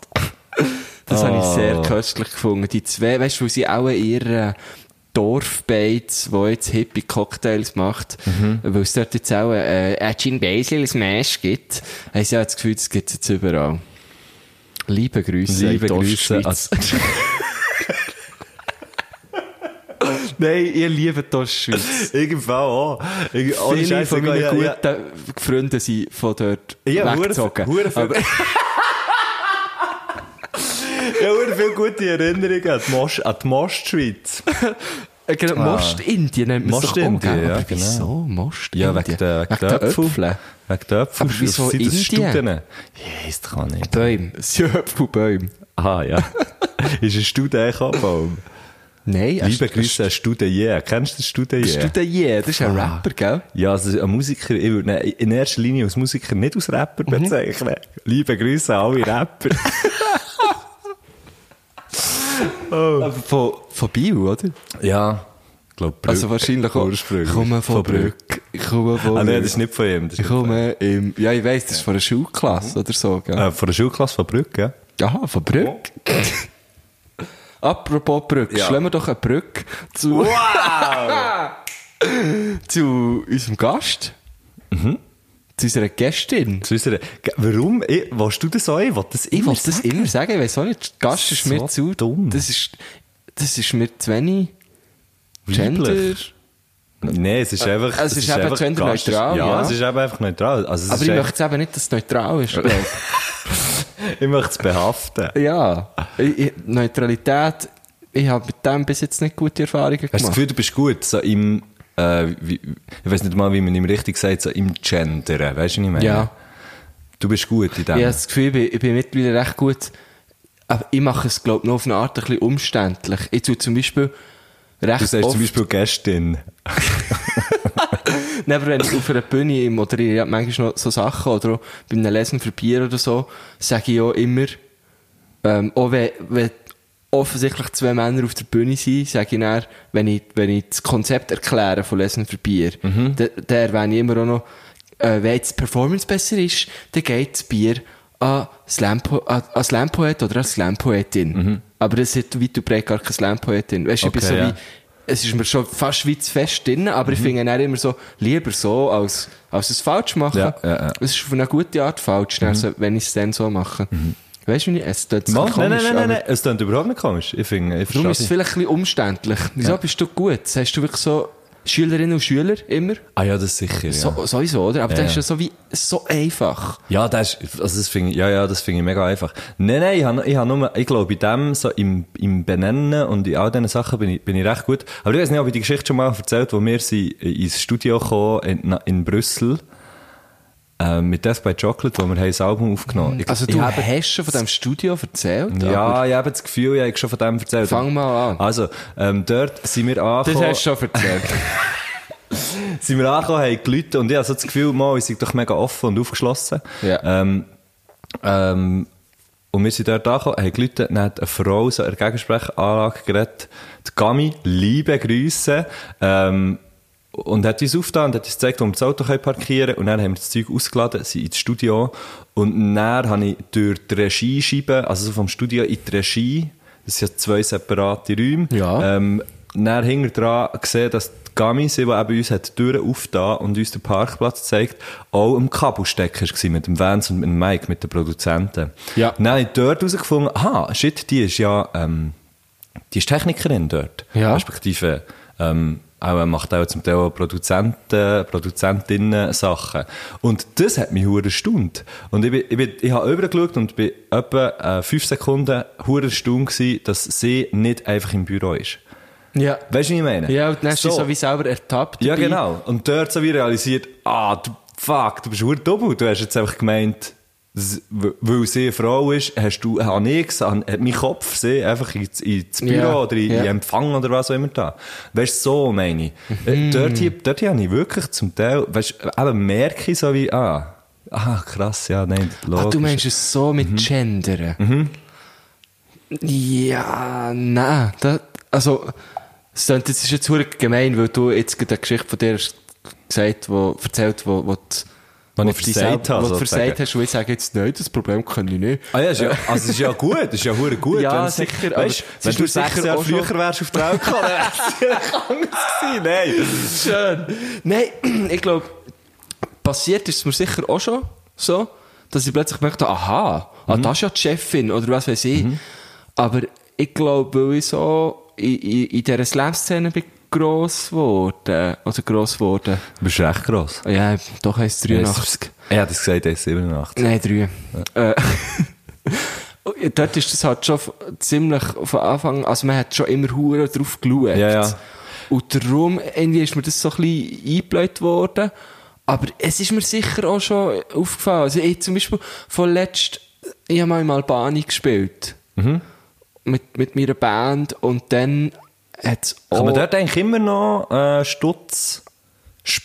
A: Das habe ich
B: Ah.
A: sehr köstlich gefunden. Die zwei, weißt du, weil sie auch ihre Dorfbates, die jetzt hippie Cocktails macht,
B: Mhm.
A: weil es dort jetzt auch äh, ein Gin Basil Smash gibt, haben sie auch das Gefühl, das gibt es jetzt überall. Liebe Grüße,
B: Liebe
A: in die
B: Grüße.
A: Ostschweiz.
B: als-
A: Nein, ihr liebt die Ostschweiz.
B: Irgendwann auch. Irgend- Ohne
A: Viele
B: Scheiß,
A: von meinen
B: ja,
A: guten
B: ja.
A: Freunden sind von dort
B: Ja, hure-
A: weggezogen.
B: hure viel-
A: Aber-
B: Ja, hure viele gute Erinnerungen an die Most- an die Mostschweiz.
A: Äh, Genau,
B: Ah.
A: Mostindien nennt man es doch auch,
B: Mostindien,
A: gell?
B: ja,
A: Aber
B: genau.
A: wieso Mostindien?
B: Ja, wegen der
A: Wegen der Äpfel.
B: Wegen der Äpfel.
A: Aber wieso
B: Sind das
A: Indien?
B: Studenen? Ja, ist doch auch nicht.
A: Bäume. Es sind Äpfel Bäume.
B: Aha, ja. ist ein Studenenbaum.
A: Nein,
B: Liebe Grüße an Studien. Kennst du den Studien?
A: Bist du denn je? Das ist ein
B: Ah.
A: Rapper, gell?
B: Ja, also ein Musiker, ich würde ihn in erster Linie als Musiker nicht als Rapper
A: Mhm.
B: bezeichnen. Liebe Grüße an alle Rapper.
A: Aber Von, von Bio, oder?
B: ja. Ich glaube, Brück.
A: Also wahrscheinlich auch.
B: Ursprünglich.
A: Ich komme von Brück. Ich komme von
B: Ah, nein,
A: Brück.
B: das ist nicht von ihm.
A: Ich
B: Das ist nicht von
A: komme im... Ja, ich weiss, das ist von einer Schulklasse oder so,
B: ihm.
A: gell?
B: Äh, von der Schulklasse von Brück, ja.
A: Aha, von Brück. Apropos Brücke,
B: Ja.
A: schlagen wir doch eine Brücke zu,
B: Wow!
A: zu unserem Gast.
B: Mhm.
A: Zu unserer Gästin.
B: Zu unserer, Ge- warum? Ich, willst du das auch? Ich will das
A: Ich
B: immer
A: wollte das
B: sagen.
A: immer sagen, ich weiß auch nicht, der Gast ist
B: So
A: mir zu
B: dumm.
A: Das ist, das ist mir zu wenig Gender.
B: Weiblich. Nein, es ist einfach...
A: Äh, es ist eben genderneutral,
B: Ja,
A: ja.
B: es ist eben einfach neutral. Also es
A: Aber
B: ist
A: ich
B: echt-
A: möchte es eben nicht, dass es neutral ist. glaub ich.
B: ich möchte es behaften.
A: ja. Ich, ich, Neutralität, ich habe mit dem bis jetzt nicht gute Erfahrungen gemacht.
B: Hast du das Gefühl, du bist gut so im... Äh, wie, ich weiß nicht mal, wie man ihm richtig sagt, so im Gendern. Weißt du, was ich meine?
A: Ja.
B: Du bist gut in dem.
A: Ich habe das Gefühl, ich bin, ich bin mittlerweile recht gut. Aber ich mache es, glaube ich, nur auf eine Art ein bisschen umständlich. Ich tue zum Beispiel recht
B: Du sagst
A: oft,
B: zum Beispiel Gästin.
A: Nein, aber wenn ich auf einer Bühne im oder ich habe manchmal noch so Sachen oder auch bei einem Lesen für Bier oder so, sage ich auch immer, ähm, auch wenn, wenn offensichtlich zwei Männer auf der Bühne sind, sage ich dann, wenn ich, wenn ich das Konzept erkläre von Lesen für Bier,
B: Mhm.
A: dann, dann erwähne ich immer auch noch, äh, wenn jetzt die Performance besser ist, dann geht das Bier an Slampo- an- an Slampoet oder an Slampoetin. Aber das hat weit und breit gar keine Slampoetin. Weißt du, ich bin
B: Mhm. Okay, Mhm.
A: so
B: ja.
A: wie, es ist mir schon fast wie zu fest drin, aber ich finde dann immer so, lieber so, als, als es falsch machen.
B: Ja, ja, Mhm. ja.
A: Es ist auf eine gute Art falsch, also, wenn ich es dann so mache.
B: Mhm.
A: Weißt du, wie ich es tut sich
B: Nein, nein,
A: komisch,
B: nein,
A: aber
B: nein, nein, es klingt überhaupt nicht komisch. Ich finde, ich
A: Darum
B: verstehe
A: ist es
B: dich.
A: vielleicht ein bisschen umständlich. Wieso bist du gut? Hast du wirklich so Schülerinnen und Schüler immer?
B: Ah ja, das sicher, ja.
A: So, sowieso, oder? Aber
B: Ja,
A: das ist
B: ja.
A: ja so wie, so einfach.
B: Ja, das ist, also das finde ich, ja, ja, das finde ich mega einfach. Nein, nein, ich habe, ich habe nur, ich glaube, in dem, so im, im Benennen und in all diesen Sachen bin ich, bin ich recht gut. Aber ich weiß nicht, ob ich die Geschichte schon mal erzählt, wo wir sind ins Studio gekommen in, in Brüssel, äh, mit Death by Chocolate, wo wir haben das Album aufgenommen. Ich,
A: Also,
B: ich
A: du
B: habe-
A: hast schon von diesem Studio erzählt? Ah, aber
B: ja, ich habe das Gefühl, ich habe schon von dem erzählt.
A: Fang mal an.
B: Also, ähm, dort sind wir
A: Das
B: angekommen.
A: hast du schon erzählt.
B: sind wir angekommen, haben gelitten und ich habe so das Gefühl, mal, ich sind doch mega offen und aufgeschlossen.
A: Ja.
B: Ähm, ähm, und wir sind dort angekommen, haben gelitten, dann hat eine Frau so eine Gegensprechanlage geredet, die Gami, liebe Grüße, ähm, und hat uns aufgetan und hat uns gezeigt, wo wir das Auto können parkieren können. Und dann haben wir das Zeug ausgeladen, sind ins Studio. Und dann habe ich durch die Regiescheibe, also so vom Studio in die Regie, das sind ja zwei separate Räume,
A: Ja.
B: ähm, ähm, dann hinter dran gesehen, dass die Gami, sie, die eben uns hat die Türen aufgetan und uns den Parkplatz zeigt, auch am Kabelstecker war mit dem Vance und mit dem Mike, mit den Produzenten.
A: Ja.
B: Dann habe ich dort herausgefunden, aha, shit, die ist ja, ähm, die ist Technikerin dort.
A: Ja.
B: Respektive, ähm, auch, macht auch zum Teil auch Produzenten, Produzentinnen Sachen. Und das hat mich hure erstaunt. Und ich, bin, ich, bin, ich habe übergeschaut und bin etwa äh, fünf Sekunden hure erstaunt gewesen, dass sie nicht einfach im Büro ist.
A: ja.
B: Weißt du, wie ich meine?
A: Ja, und dann hast du dich so wie selber ertappt.
B: Ja,
A: dabei.
B: genau. Und dort so wie realisiert, ah, du, fuck, du bist verdammt dumm. Du hast jetzt einfach gemeint, s- w- weil sie eine Frau ist, hast du, habe ich gesehen, hat mein Kopf sie einfach ins, ins Büro
A: Ja,
B: oder in,
A: ja.
B: in Empfang oder was auch immer da. Weißt du, so meine ich.
A: Mhm.
B: Äh, Dort, hier, dort hier habe ich wirklich zum Teil, weißt du, eben merke ich so wie, ah, ah, krass, ja, nein, logisch. Mhm.
A: Ah, du meinst es so mit Gendern? Ja, nein. Das, also, es klingt- das ist jetzt hure gemein, weil du jetzt gerade eine Geschichte von dir hast gesagt, wo, erzählt, wo, wo,
B: Wo ich versagt habe,
A: was du
B: sozusagen.
A: versagt hast, und ich sage jetzt, nein, das Problem kann ich nicht.
B: Ah ja, ist ja, also es ist ja gut, es ist ja hure gut.
A: Ja,
B: wenn es-
A: sicher, aber
B: Weißt,
A: es
B: wenn
A: ist
B: du
A: mir
B: sechs
A: sicher
B: Jahre
A: auch
B: früher
A: schon-
B: wärst auf die Welt gekommen, wäre es vielleicht anders gewesen. Nein.
A: Schön. Nein, ich glaube, passiert ist es mir sicher auch schon so, dass ich plötzlich merkte, aha, ah, das ist ja die Chefin oder was weiß ich. Aber ich glaube, weil ich so in, in, in dieser Slam-Szene bin gross geworden, also gross geworden.
B: Du bist recht gross.
A: Ja, doch heisst 83.
B: Er hat es gesagt, er ist 87.
A: Nein, drei. Äh, und dort ist das halt schon f- ziemlich von Anfang, also man hat schon immer hure drauf geschaut.
B: Ja, ja.
A: Und darum, irgendwie ist mir das so ein bisschen eingebläut worden. Aber es ist mir sicher auch schon aufgefallen. Also ich zum Beispiel, vorletzt, ich habe mal in Albanien gespielt.
B: Mhm.
A: Mit, mit meiner Band und dann hat es
B: Kann man
A: auch...
B: dort eigentlich immer noch äh, Stutz?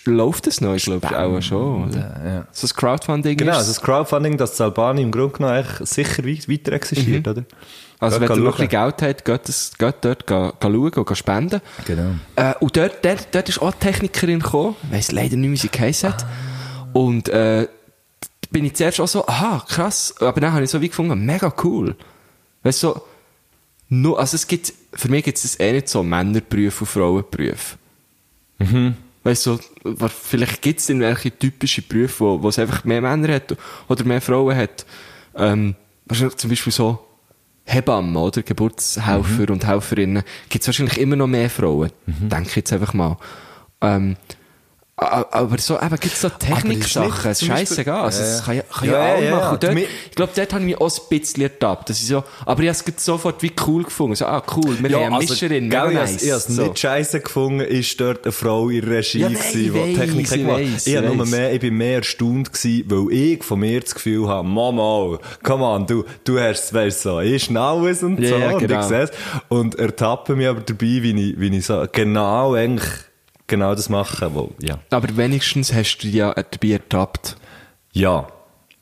A: Läuft das noch? Ich glaube auch schon, oder?
B: ja.
A: So ein Crowdfunding
B: Genau,
A: ist
B: also das Crowdfunding, dass das Albanien im Grunde genommen eigentlich sicher weit- weiter existiert, oder?
A: Also,
B: Dort
A: wenn
B: gehen
A: ihr wirklich
B: schauen.
A: Geld habt, geht, das, geht dort gehen, gehen schauen und spenden.
B: Genau.
A: Äh, und dort, dort, dort ist auch die Technikerin gekommen. Ich weiss leider nicht, wie sie geheißen hat.
B: Ah.
A: Und, äh, d- bin ich zuerst auch so, aha, krass. Aber dann habe ich so wie gefunden, mega cool. Weißt du, so, nur, also es gibt, für mich gibt es eh nicht so Männerprüfe und Frauenprüfe. Weißt du, wa- vielleicht gibt es irgendwelche typischen Berufe, wo, wo es einfach mehr Männer hat oder mehr Frauen hat. Ähm, wahrscheinlich zum Beispiel so Hebammen, oder? Geburtshelfer und Helferinnen. Gibt es wahrscheinlich immer noch mehr Frauen. Denke ich jetzt einfach mal. Ähm, a- aber so, eben, gibt es so Techniksachen,
B: nicht zum
A: scheißegal. Also,
B: Ja, ja.
A: das kann ja, kann
B: Ja,
A: ja,
B: ja,
A: auch
B: ja, ja.
A: machen. Dort,
B: Mi-
A: ich glaube, dort habe ich mich auch ein bisschen ertappt. Das ist so, aber ich habe es gerade sofort wie cool gefunden. So, ah, cool, wir haben eine Mischerin, mega
B: also, gell, ich
A: nice.
B: has- ich has
A: so.
B: nicht scheiße gefunden, ist dort eine Frau in der Regie
A: Ja, nein,
B: gewesen, die
A: ich
B: Technik
A: weiss,
B: hat
A: ich
B: gemacht.
A: weiss,
B: Ich,
A: ich
B: hab nur
A: weiss.
B: mehr, ich bin mehr erstaunt gewesen, weil ich von mir das Gefühl habe, Mama, oh, come on, du, du hast, weißt so, ich alles und
A: Ja,
B: so,
A: ja,
B: und ich
A: genau.
B: seh's. Und ertappe mich aber dabei, wie ich, wie ich so, genau, eigentlich, genau das mache, wo, ja.
A: Aber wenigstens hast du dich ja dabei ertappt.
B: Ja.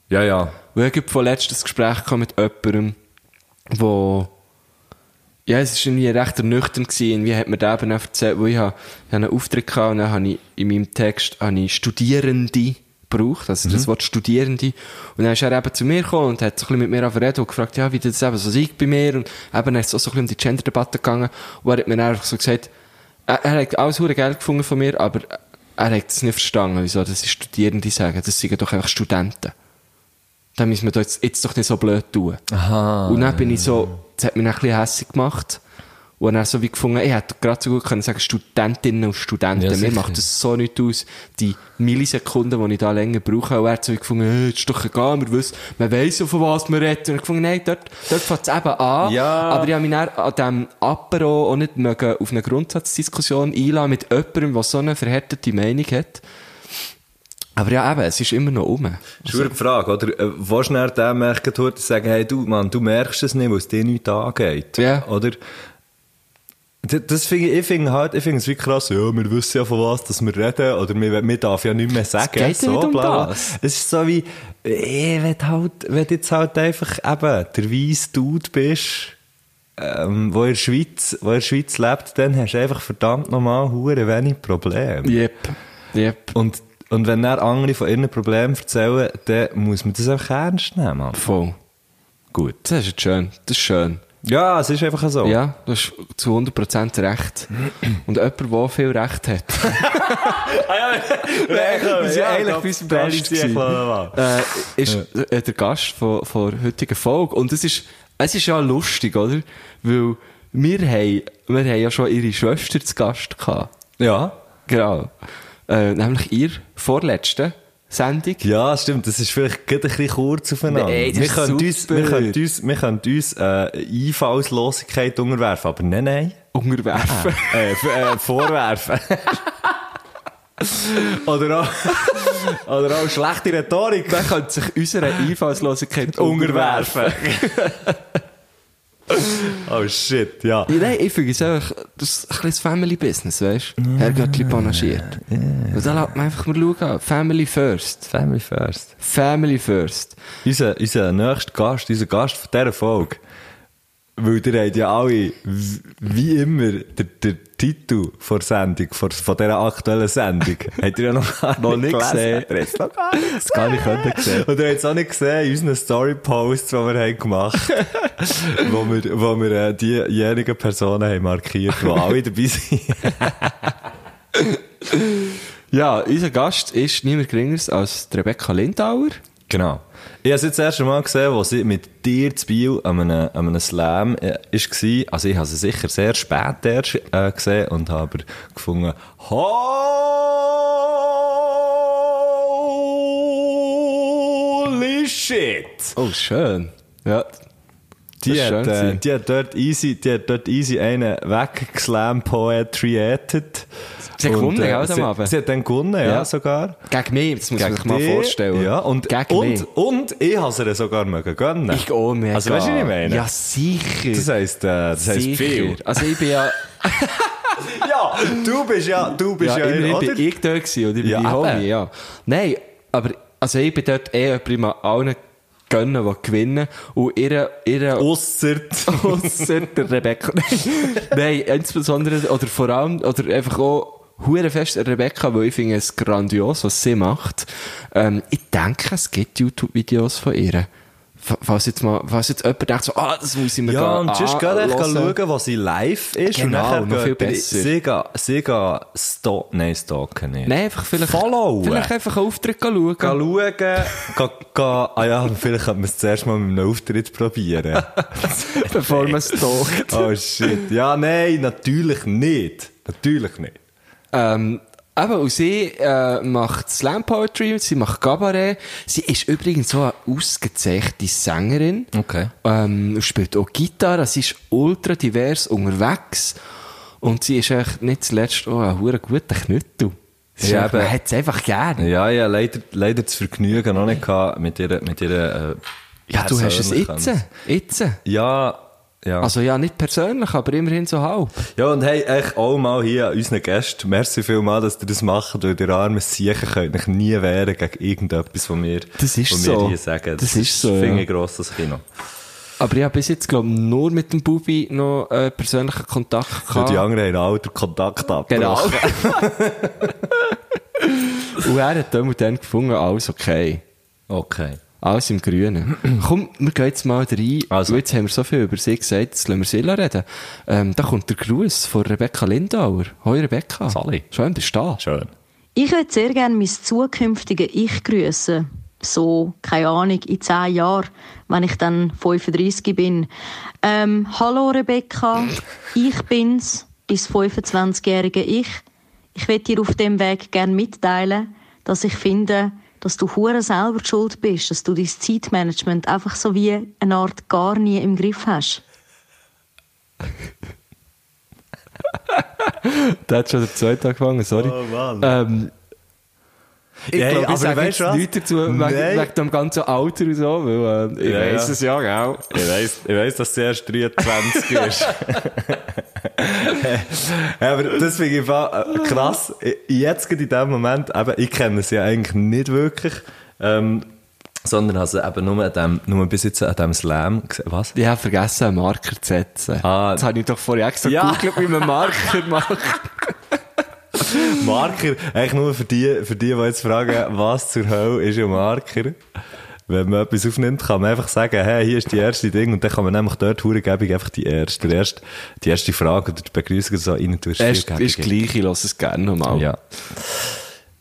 B: Ja, ja.
A: Weil ich habe vorletzt ein Gespräch gehabt mit jemandem, wo ja, es war irgendwie recht ernüchternd gewesen. Wie hat mir der eben auch erzählt, wo ich, habe, ich habe einen Auftritt gehabt und dann habe ich in meinem Text habe ich Studierende gebraucht, also das Wort Studierende. Und dann ist er eben zu mir gekommen und hat so ein bisschen mit mir angeredet und gefragt, ja, wie das eben so sieht bei mir. Und eben, er ist auch so ein bisschen um die Gender-Debatte gegangen. Und er hat mir dann einfach so gesagt, er, er hat alles hure geil gefunden von mir, aber er hat es nicht verstanden, wieso das Studierende sagen. Das sind doch einfach Studenten dann müssen wir da jetzt, jetzt doch nicht so blöd tun.
B: Aha.
A: und dann bin ich so, das hat mich dann ein bisschen hässlich gemacht. Und dann so wie gefunden, ich hätte gerade so gut können sagen, Studentinnen und Studenten,
B: Ja,
A: mir
B: sicher.
A: macht das so nicht aus, die Millisekunden, die ich da länger brauche. Und er hat so wie gefunden, hey, das ist doch egal, wir wissen, man weiss ja, von was man redet. Und ich gefunden, nein, dort, dort fängt es eben an.
B: Ja.
A: Aber ich habe mich dann an diesem Apero auch nicht mögen auf eine Grundsatzdiskussion einladen mit jemandem, der so eine verhärtete Meinung hat. Aber ja, eben, es ist immer noch um.
B: Das ist eine Frage, oder? Äh, Wo schnell der merkt, heute sagen, hey, du, Mann, du merkst es nicht, weil es dir nichts angeht.
A: Ja.
B: Oder? D- Das finde ich, ich finde halt, ich finde es wie krass, ja, wir wissen ja von was, dass wir reden, oder wir, wir darf ja nicht mehr sagen.
A: geht ja
B: so,
A: nicht um
B: bla, bla.
A: das.
B: Es ist so wie, äh, wenn du halt, wenn du jetzt halt einfach eben der weise Dude bist, ähm, wo in der Schweiz, wo in der Schweiz lebt, dann hast du einfach verdammt nochmal hure wenig Probleme.
A: Yep. Yep.
B: Und, und wenn dann andere von ihren Problemen erzählen, dann muss man das einfach ernst nehmen. Mann.
A: Voll.
B: Gut.
A: Das ist jetzt schön. Das ist schön.
B: Ja, es ist einfach so.
A: Ja, das ist zu 100% recht. Und jemand, der viel Recht hat.
B: das ist ja, eigentlich
A: das
B: bis
A: Beste
B: Beste.
A: gewesen. äh, ist äh, der Gast von, von der heutigen Folge. Und es ist, es ist ja lustig, oder? Weil wir haben, wir haben ja schon ihre Schwester zu Gast gehabt.
B: Ja.
A: Genau. Äh, nämlich ihr vorletzte Sendung.
B: Ja, stimmt. Das ist vielleicht gerade ein bisschen kurz aufeinander.
A: Nein, das
B: wir,
A: ist
B: können uns,
A: super.
B: wir können uns, wir können uns äh, Einfallslosigkeit unterwerfen, aber nein, nein.
A: Unterwerfen.
B: äh, f- äh, vorwerfen. oder, auch, oder auch schlechte Rhetorik.
A: Man könnte sich unserer Einfallslosigkeit
B: unterwerfen. oh shit, ja.
A: Ja, nein, ich finde es einfach, das ist ein bisschen Family Business, weißt du? Herrgöttli panagiert. Und dann lässt man einfach mal schauen. Family first.
B: Family first.
A: Family first.
B: Unser, unser nächster Gast, unser Gast von dieser Folge, weil ihr habt ja alle, w- wie immer, der, der Titel von der Sendung, von, von dieser aktuellen Sendung, habt ihr ja noch gar
A: Noch nicht
B: gelesen.
A: gesehen.
B: Habt ihr jetzt noch gar nicht
A: Das kann ich nicht sehen.
B: Und ihr habt es auch nicht gesehen in unseren Story-Posts, die wir haben gemacht haben, wo wir, wo wir äh, diejenigen Personen haben markiert, die alle dabei sind.
A: Ja, unser Gast ist niemand geringeres als die Rebecca Lindauer.
B: Genau. Ich habe es jetzt das erste Mal gesehen, als sie mit dir zu Biel an einem, an einem Slam äh, ist, war. Also ich habe sie sicher sehr spät erst äh, gesehen und habe aber gefunden,
E: Holy shit!
A: Oh, schön. Ja.
B: die
A: Das ist
B: hat,
A: schön
B: äh,
A: gewesen.
B: die hat dort easy, die hat dort easy einen weggeslam-poetriated.
A: Sie hat
B: Und,
A: gewonnen,
B: äh,
A: gell,
B: sie,
A: am Abend?
B: Sie hat dann gewonnen, ja,
A: Ja.
B: sogar.
A: Gegen mich, das muss man sich mal
B: die-
A: vorstellen.
B: Ja, und,
A: Gegen mich.
B: und, und ich habe sie ihr sogar mögen gönnen.
A: Ich auch mega.
B: Also weißt du, was ich meine?
A: Ja, sicher.
B: Das heisst, äh, das heisst
A: sicher.
B: viel.
A: Also ich bin ja,
B: Ja, du bist ja, du bist
A: ja,
B: Dus ja,
A: immerhin
B: ja oder?
A: bin ich da gewesen und ich bin
B: Ja,
A: die
B: eben.
A: Homie, ja. Nein, aber also ich bin dort eh prima allen gönnen, die gewinnen und ihre, ihre
B: Ausser Oh.
A: Ausser der Rebecca. Nein, insbesondere, oder vor allem, oder einfach auch, hure fest an Rebecca, weil ich finde es Ehm, grandios, was sie macht. Ähm, ich denke, es gibt YouTube-Videos von ihr. fa- falls jetzt mal, falls jetzt jemand denkt so, ah, das muss ich mir
B: Ja,
A: gehen
B: und sonst geht echt
A: anhören.
B: schauen, wo sie live ist.
A: Genau,
B: und
A: noch
B: nachher
A: viel
B: geht ihr-
A: besser.
B: Sie gehen, sie gehen sto nein, stalken nicht.
A: Nein, einfach vielleicht,
B: Followen.
A: vielleicht einfach einen Auftritt schauen.
B: Gehen schauen, gehen, gehen, ah ja, vielleicht könnte man es zuerst mal mit einem Auftritt probieren.
A: bevor man es talkt.
B: oh shit. Ja, nein, natürlich nicht. Natürlich nicht.
A: Ähm, aber und sie äh, macht Slam Poetry, sie macht Kabarett. Sie ist übrigens so eine ausgezeichnete Sängerin.
B: Okay.
A: Ähm, und spielt auch Gitarre, sie ist ultra divers unterwegs. Und sie ist echt nicht zuletzt auch ein hure guter Knüttel. Sie ist
B: Ja,
A: einfach-
B: eben.
A: man hat es einfach gern.
B: Ja, ja, leider, leider das Vergnügen noch nicht gehabt mit ihrer, mit ihrer, äh,
A: Ja, du hast es jetzt.
B: persönlichen-
A: Jetzt.
B: Ja, ja.
A: Also ja, nicht persönlich, aber immerhin so halb.
B: Ja, und hey, echt auch mal hier an unseren Gästen. Merci vielmals, dass ihr das macht, weil ihr armen Siechen könnt euch nie wehren gegen irgendetwas, was wir,
A: Das ist
B: was wir
A: so.
B: hier sagen.
A: Das ist so, ja.
B: Finde ich grosses Kino.
A: Aber ich habe bis jetzt, glaube ich, nur mit dem Bubi noch äh, persönlichen Kontakt
B: Weil
A: gehabt.
B: die anderen haben alle den Kontakt
A: Genau.
B: abgebrochen.
A: und er hat dann und dann gefunden, alles okay.
B: Okay.
A: Alles im Grünen. Komm, wir gehen jetzt mal rein.
B: Also.
A: Also. Jetzt haben wir so viel über sie gesagt, jetzt lassen wir sie reden. Ähm, da kommt der Gruß von Rebecca Lindauer. Hoi Rebecca.
B: Sali.
A: Schön, bist du da.
B: Schön.
F: Ich würde sehr gerne mein zukünftiges Ich grüßen. So, keine Ahnung, in zehn Jahren, wenn ich dann 35 bin. Ähm, hallo Rebecca, ich bin's, dein 25-jährige Ich. Ich will dir auf dem Weg gerne mitteilen, dass ich finde, dass du hure selber die schuld bist, dass du dein Zeitmanagement einfach so wie eine Art gar nie im Griff hast.
A: Der hat schon den zweiten angefangen, sorry.
B: Oh, Mann.
A: Ähm, ich
B: Ja,
A: glaube,
B: aber
A: ich sage
B: weißt
A: jetzt
B: du was?
A: nichts dazu, wegen,
B: Nein.
A: wegen dem ganzen Alter und so, weil äh, ich
B: Ja,
A: weiss
B: ja.
A: es ja, gell.
B: Ich weiss, ich weiss, dass sie erst 23 ist. Ja, aber das finde ich im Fall, äh, krass. Ich- Jetzt gerade in dem Moment, eben, ich kenne sie ja eigentlich nicht wirklich, ähm, sondern also eben nur, an dem, nur bis jetzt an dem Slam gesehen. Was?
A: Ich habe vergessen, einen Marker zu setzen.
B: Ah.
A: Das habe ich doch vorher extra
B: Ja.
A: gegoogelt, wie man Marker macht.
B: Marker, eigentlich nur für die, für die, die jetzt fragen, was zur Hölle ist ein Marker? Wenn man etwas aufnimmt, kann man einfach sagen, hey, hier ist die erste Ding, und dann kann man nämlich dort hurgebig einfach die erste, der erste, die erste Frage oder die Begrüßung so rein tun.
A: Es
B: Viel
A: ist
B: gäbiger.
A: gleich, ich lasse es gerne nochmal.
B: Ja. Oh.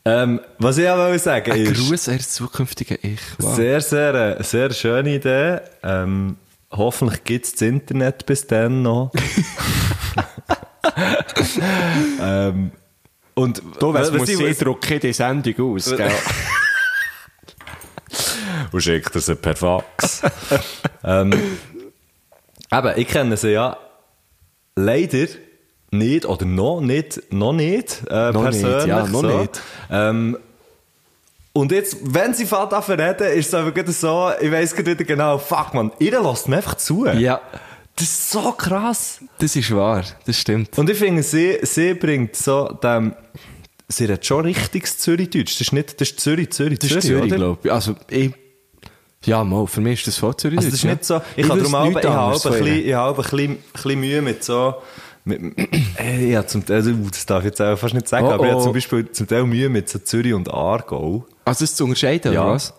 B: Ähm, was ich auch wollte sagen
A: Ein
B: ist,
A: Gruß an das zukünftige Ich. Wow.
B: sehr, sehr, äh, sehr schöne Idee. Ähm, hoffentlich gibt es das Internet bis dann noch. ähm, und
A: Du, was muss
B: ich- Äh,
A: ich drucke die Sendung aus, gell?
B: und schickt er sie per Fax. ähm, eben, ich kenne sie ja leider nicht oder noch nicht, noch nicht äh,
A: Noch nicht,
B: persönlich.
A: ja, noch
B: so.
A: nicht.
B: Ähm, und jetzt, wenn sie fährt davon reden, ist es aber gerade so, ich weiss gerade wieder genau, fuck man, ihr lasst mir einfach zu.
A: ja,
B: Das ist so krass.
A: das ist wahr, das stimmt.
B: Und ich finde, sie, sie bringt so dem, sie hat schon richtiges Zürich-Deutsch. Das ist nicht, das ist Zürich, Zürich,
A: Das ist Zürich, glaube ich. Also, ich... Ja, mal, für mich ist das voll Zürich.
B: Also das ist nicht so, ich, habe darum auch, ich habe auch ein bisschen, ich habe ein bisschen, bisschen Mühe mit so, mit, äh, ja, zum Teil, also, uh, das darf ich jetzt auch fast nicht sagen,
A: Oh,
B: aber ich habe
A: oh.
B: zum Beispiel zum Teil Mühe mit so Zürich und Aargau.
A: Also, das zu unterscheiden,
B: Ja.
A: oder was?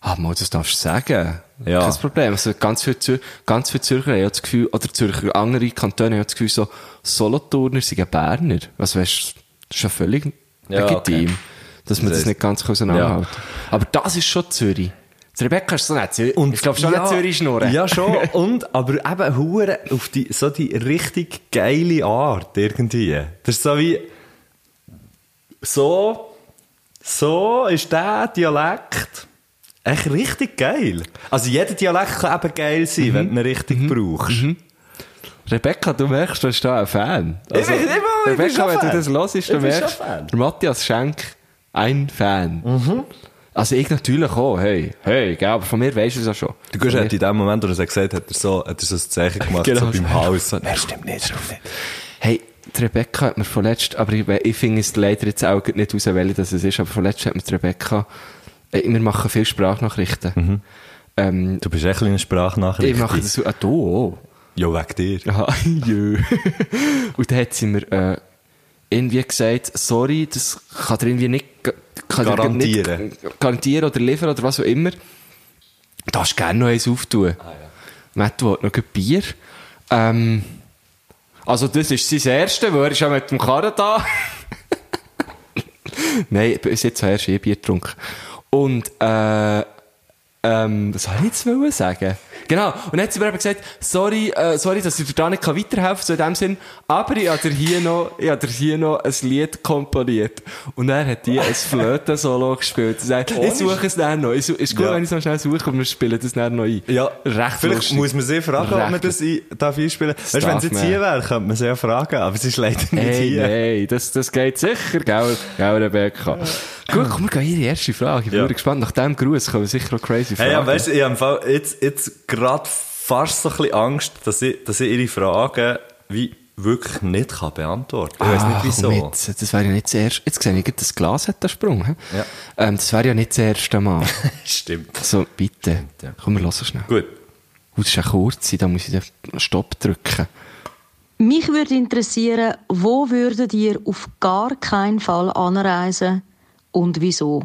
A: Ah, mal, das darfst du sagen.
B: Ja.
A: Kein Problem. Also, ganz viele, Zür ganz viele Zürcher haben ja das Gefühl, oder Zürcher, andere Kantone haben ja das Gefühl, so, Solothurner sind Berner. Also, weißt du, das ist ja völlig
B: Ja,
A: legitim,
B: okay.
A: dass man das,
B: Das heisst-
A: nicht ganz auseinanderhält. Aber das ist schon Zürich. Das Rebecca ist so nicht Zürich. ich glaube schon nicht Zürich-Schnurren.
B: Ja, schon, und, aber eben hure auf die, so die richtig geile Art irgendwie. Das ist so wie, so, so ist der Dialekt echt richtig geil. Also jeder Dialekt kann eben geil sein, wenn
A: Mhm.
B: du ihn richtig brauchst.
A: Rebecca, du merkst, du bist da ein Fan. Also,
B: bin- ich bin- ich bin
A: Rebecca,
B: schon
A: wenn
B: Fan.
A: du das hörst,
B: Ich
A: du
B: bin schon
A: merkst,
B: Fan. Mhm.
A: der Matthias Schenk, ein Fan. Also ich natürlich auch, hey, hey, gell, aber von mir weisst du es ja schon.
B: Du gehst
A: Von
B: halt in dem Moment, wo er es gesagt hat, hat er so, hat er so ein Zeichen gemacht,
A: Genau.
B: so beim Haus. So, nein, stimmt nicht, stimmt nicht.
A: mir- Hey, die Rebecca hat mir vorletzt, aber ich, we- ich finde es leider jetzt auch grad nicht raus, welche das es ist, aber vorletzt hat mir die Rebecca, äh, wir machen viele Sprachnachrichten.
B: Mhm.
A: Ähm,
B: Du bist echt eine Sprachnachricht.
A: ich mache das so, ah, du auch.
B: Ja, wegen dir.
A: Aha, Ah, jö. Und dann hat sie mir äh, irgendwie gesagt, sorry, das kann dir irgendwie nicht, ga- kann dir
B: Garantieren.
A: Nicht garantieren oder liefern oder was auch immer. Da hast gerne noch eins auftun. Matt will noch ein Bier. Ähm, also das ist sein Erste, weil er ist ja mit dem Karren da. Nein, bis jetzt habe ich erst eh Bier getrunken. Und, äh, ähm, was soll ich jetzt wollen sagen? Genau. Und dann hat sie mir eben gesagt, sorry, äh, sorry, dass ich dir da nicht weiterhelfen kann, so in dem Sinn, aber ich habe dir hier noch, ich habe dir hier noch ein Lied komponiert. Und dann hat die ein Flöten-Solo gespielt. Sie sagt, ich suche es dann noch. Ich su- Ist gut,
B: Ja.
A: wenn ich so schnell suche, und wir spielen das dann noch ein.
B: Ja,
A: Recht
B: Vielleicht
A: lustig.
B: muss man sie fragen, ob man
A: Recht
B: das ein, darf einspielen darf. Weißt du, wenn
A: darf
B: sie jetzt
A: man.
B: hier wäre, könnte man sie ja fragen, aber sie ist leider nicht
A: Hey,
B: hier.
A: nein, das, das geht sicher, gell, gell Rebecca? Gut, komm, wir gehen in die erste Frage. Ich bin
B: Ja.
A: ja. gespannt. Nach dem Gruß kommen sicher noch crazy Fragen.
B: Hey, ja, weißt du, ich habe im Fall jetzt, jetzt gerade fast so ein bisschen Angst, dass ich, dass ich ihre Fragen wie wirklich nicht kann beantworten kann. Ich weiß nicht
A: Ach,
B: wieso.
A: komm Jetzt, das wäre ja nicht das erste. Jetzt sehe ich, gerade, das Glas hat den Sprung. hä?
B: Ja.
A: Ähm, das wäre ja nicht das erste Mal.
B: Stimmt.
A: Also, bitte.
B: Ja.
A: Komm, wir hören schnell.
B: Gut.
A: Oh, das ist ja kurz, da muss ich den Stopp drücken.
F: Mich würde interessieren, wo würdet ihr auf gar keinen Fall anreisen und wieso?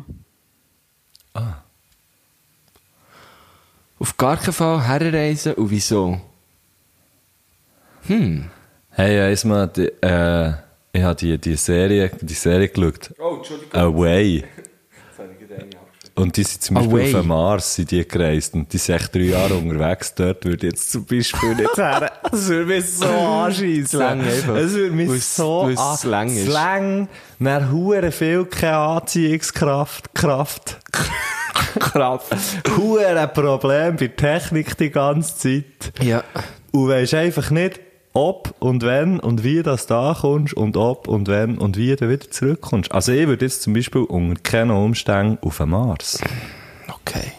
A: Auf gar keinen Fall herreisen und wieso?
B: Hey, eins mal, die, äh, ich habe die, die, Serie, die Serie geschaut. Away. Und die sind zum Beispiel
A: Away.
B: auf dem Mars sind die gereist und die sind echt drei Jahre unterwegs. Dort würde ich jetzt zum Beispiel nicht her. Das würde mich so anschiessen.
A: Slang einfach.
B: Es würde mich
A: Weil's-
B: so
A: weil's
B: an-
A: Slang ist.
B: Slang, dann hure viel keine Anziehungskraft, Kraft. Kraft. Hure Problem bei Technik die ganze Zeit.
A: Ja.
B: Und weisst einfach nicht, ob und wenn und wie das da kommst und ob und wenn und wie du wieder zurückkommst. Also ich würde jetzt zum Beispiel unter keinen Umständen auf den Mars.
A: Okay.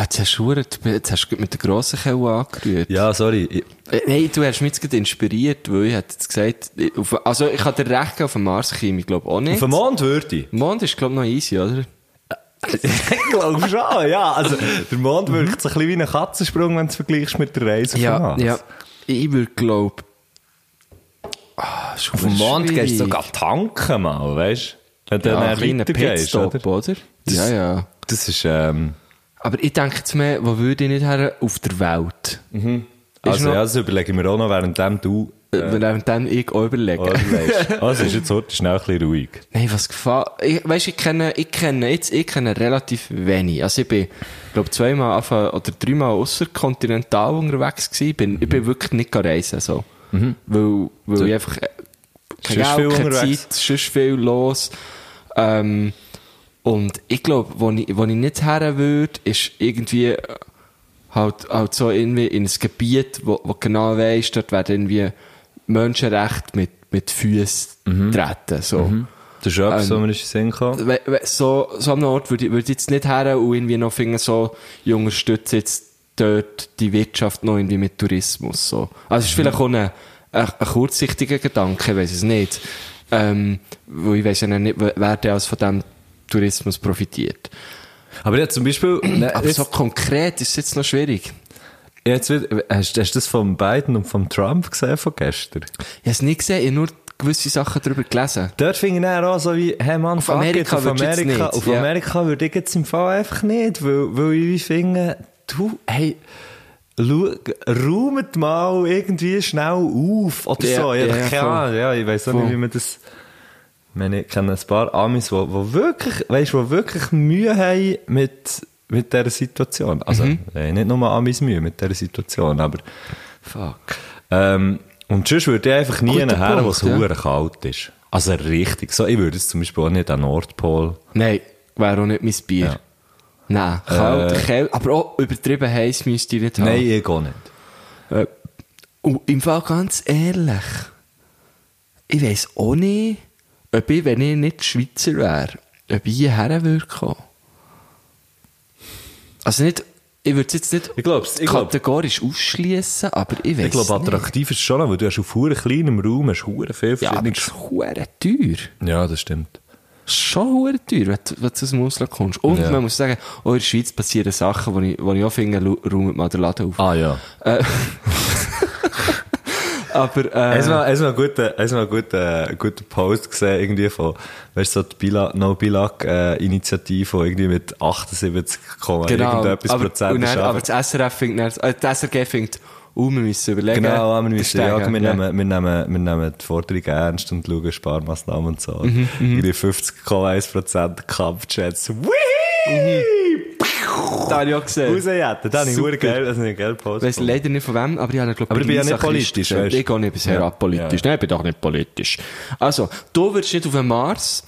A: Jetzt hast du, jetzt hast du gerade mit der grossen Kelle angerührt.
B: Ja, sorry. Ich,
A: Äh, Nein, du hast mich jetzt gerade inspiriert, weil ich hätte jetzt gesagt, ich- auf, also ich hatte recht gegeben, auf dem Mars käme ich glaube auch nicht.
B: auf den Mond würde ich.
A: Mond ist glaube ich noch easy, oder?
B: ich glaube schon, ja. Also der Mond wirkt so ein bisschen wie ein Katzensprung, wenn du es vergleichst mit der Reise auf den Mars.
A: ja. Ich würde glaube... Ah, ist
B: Auf den Mond
A: schwierig.
B: gehst du sogar tanken mal, weißt du? Wenn du
A: ja,
B: dann
A: ein kleiner
B: weitergehst,
A: Pitstop,
B: oder?
A: oder? Ja, ja.
B: Das ist, ähm,
A: Aber ich denke jetzt mehr, wo würde ich nicht her? Auf der Welt.
B: Mhm. also
A: noch-
B: ja, das überlege ich mir auch noch, währenddem du
A: Äh, Während dann ich auch überlege.
B: überlegst. Also ist jetzt heute schnell ein bisschen ruhig.
A: Nein, was gefällt. Ich, weißt, ich kenne, ich kenne jetzt, ich kenne relativ wenig. Also ich bin, glaube zweimal anfangen- oder dreimal außerkontinental unterwegs gewesen. Bin, Ich bin wirklich nicht reisen, so. Weil, weil ich einfach, äh, keine,
B: Mhm. Sonst
A: Geld,
B: viel
A: keine
B: unterwegs.
A: Zeit, sonst viel los. Ähm, und ich glaube, wo ich, wo ich nicht her würde, ist irgendwie, äh, halt, halt so irgendwie in ein Gebiet, wo, wo genau weisst, dort werden irgendwie Menschenrechte mit, mit Füßen
B: Mhm.
A: treten, so.
B: Das ist ja
A: Ähm,
B: etwas, was mir in den Sinn kam.
A: Also, We- we- so, so an einem Ort würde ich, würde ich jetzt nicht her und irgendwie noch finden, so, ich unterstütze jetzt dort die Wirtschaft noch irgendwie mit Tourismus, so. Also, es ist vielleicht auch ein, ein, ein kurzsichtiger Gedanke, ich weiss es nicht. Ähm, weil ich weiss ja nicht, wer wer denn alles von dem Tourismus profitiert.
B: Aber ja, zum Beispiel, ne,
A: Aber
B: jetzt,
A: so konkret ist es jetzt noch schwierig.
B: jetzt wird, hast, hast du das von Biden und von Trump gesehen von gestern?
A: Ich habe es nie gesehen, ich habe nur gewisse Sachen darüber gelesen.
B: Dort fing ich dann auch so wie, hey Mann, auf
A: Amerika
B: auf
A: würdest du jetzt
B: Amerika,
A: nicht,
B: auf
A: ja.
B: Amerika würde ich jetzt im Fall einfach nicht, weil, weil ich wie finde, du, hey, schau, raumt mal irgendwie schnell auf oder
A: Ja,
B: so. Ja,
A: ja,
B: keine
A: voll.
B: Ahnung, ja, ich weiß auch
A: Voll.
B: nicht, wie man das... Ich meine, ich kenne ein paar Amis, die wirklich, weißt, wo wirklich Mühe haben mit, mit dieser
A: Mhm.
B: Situation. Also, äh, nicht nur Amis Mühe mit dieser Situation, aber fuck. Ähm, und sonst würde ich einfach nie
A: Guter
B: nachher, wo es
A: Punkt, ja.
B: hure kalt ist. Also richtig. So, ich würde jetzt zum Beispiel auch nicht an den Nordpol.
A: Nein, wäre auch nicht mein Bier.
B: Ja. Äh.
A: Nein, kalt, kalt, aber auch übertrieben heiß müsste ich nicht haben.
B: Nein, ich auch nicht.
A: Und im Fall ganz ehrlich, ich weiss auch nicht, ob ich, wenn ich nicht Schweizer wäre, ob ich hierher würde kommen. Also nicht, ich würde es jetzt nicht
B: Ich glaub's, ich glaub-
A: kategorisch ausschließen, aber ich weiss
B: Ich glaube,
A: nicht.
B: attraktiv ist es schon, noch, weil du hast auf hure kleinem Raum hast hure viel
A: Ja, aber
B: verschiedene...
A: es ist verdammt teuer.
B: Ja, das stimmt.
A: Schon verdammt teuer, wenn du, wenn du aus dem Ausland kommst. Und
B: Ja.
A: man muss sagen, auch in der Schweiz passieren Sachen, wo ich, wo ich auch finde, ru- räumt mal den Laden auf.
B: Ah ja.
A: Äh, aber, äh,
B: Hast du mal, hast du mal einen guten, hast du mal einen guten, äh, guten Post gesehen, irgendwie von, weißt du, so die Bila, No Bilag, äh, Initiative, die irgendwie mit 78,
A: genau.
B: irgendetwas
A: aber,
B: Prozent
A: und
B: ist.
A: dann,
B: aber-
A: aber das SRF findet, dann- äh, das SRG findet, oh, wir müssen überlegen.
B: Genau, ja, wir müssen,
A: Das
B: ja, wir,
A: Steigen,
B: Nehmen, wir, nehmen, wir nehmen die Forderung ernst und schauen Sparmaßnahmen und so.
A: Mhm,
B: Irgendwie 50,1% Kampfjets. Whee!
A: Das habe ich auch gesehen.
B: Rausjetten, das habe ich
A: Super.
B: verdammt geil, das ist ein geiler Post.
A: Ich weiss leider nicht von wem, aber ich habe, glaube
B: Aber ich bin ja nicht politisch, weißt du.
A: Ich gehe nicht bisher
B: Ja.
A: apolitisch. Nein, ich bin doch nicht politisch. Also, du würdest nicht auf den Mars,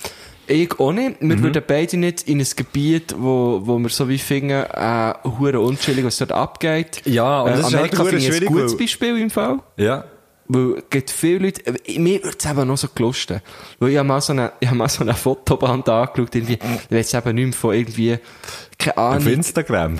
A: ich auch nicht. Wir
B: Mhm.
A: würden beide nicht in ein Gebiet, wo, wo wir so wie finden, äh, hure unschillig, was dort abgeht. Äh,
B: Ja, und das ist
A: Amerika
B: halt hure
A: finde ich ein
B: schwierig,
A: gutes
B: weil-
A: Beispiel im Fall.
B: ja.
A: Weil es gibt viele Leute, äh, mir würde es eben noch so gelusten. Weil ich habe mal so eine, ich habe mal so eine Fotoband angeschaut, irgendwie,
B: Mhm.
A: ich weiß eben nicht mehr von irgendwie, keine
B: Auf
A: Ahnung.
B: Instagram.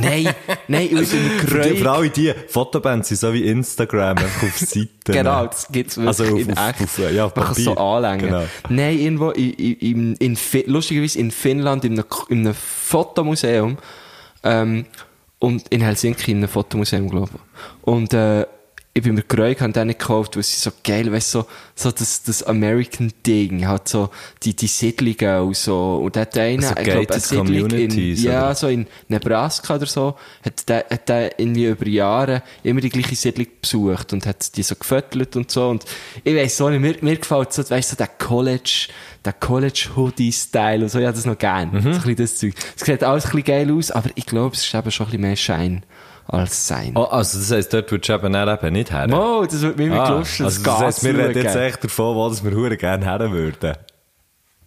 A: Nein, nein, aus einem
B: Für die,
A: Gräuel.
B: für alle die Fotobands sind so wie Instagram, einfach auf Seiten.
A: Genau, das gibt's wirklich
B: Also auf,
A: in
B: auf,
A: echt.
B: auf, ja, auf
A: Man kann
B: Papier.
A: so anlängen.
B: Genau.
A: Nein, irgendwo in, in, in, Fi- lustigerweise in Finnland, in einem, K- in einem Fotomuseum, ähm, und in Helsinki in einem Fotomuseum, glaube ich. Und, äh, ich bin mir geräumt, habe den nicht gekauft, weil sie so geil, weißt so, so das, das American Ding, hat so die, die Siedlungen und so. Und der hat einen,
B: Also
A: ich glaube, eine
B: gated
A: Siedlung in,
B: communities,
A: ja,
B: oder?
A: so Also in Nebraska oder so, hat der, hat der irgendwie über Jahre immer die gleiche Siedlung besucht und hat die so gefüttert und so. Und ich weiss so nicht, mir, mir gefällt so, weißt du, so der College, der College-Hoodie-Style und so, ja, das noch gern.
B: Mhm.
A: So ein bisschen das Zeug. Es sieht alles ein bisschen geil aus, aber ich glaube, es ist eben schon ein bisschen mehr Schein als Sein.
B: Oh, also das heisst, dort würdest du eben, dann eben nicht her.
A: Mo, das wird mir ah,
B: Ah,
A: gelustet,
B: also das heisst, wir reden jetzt
A: schauen.
B: echt davon, wo dass wir hure gerne her würden.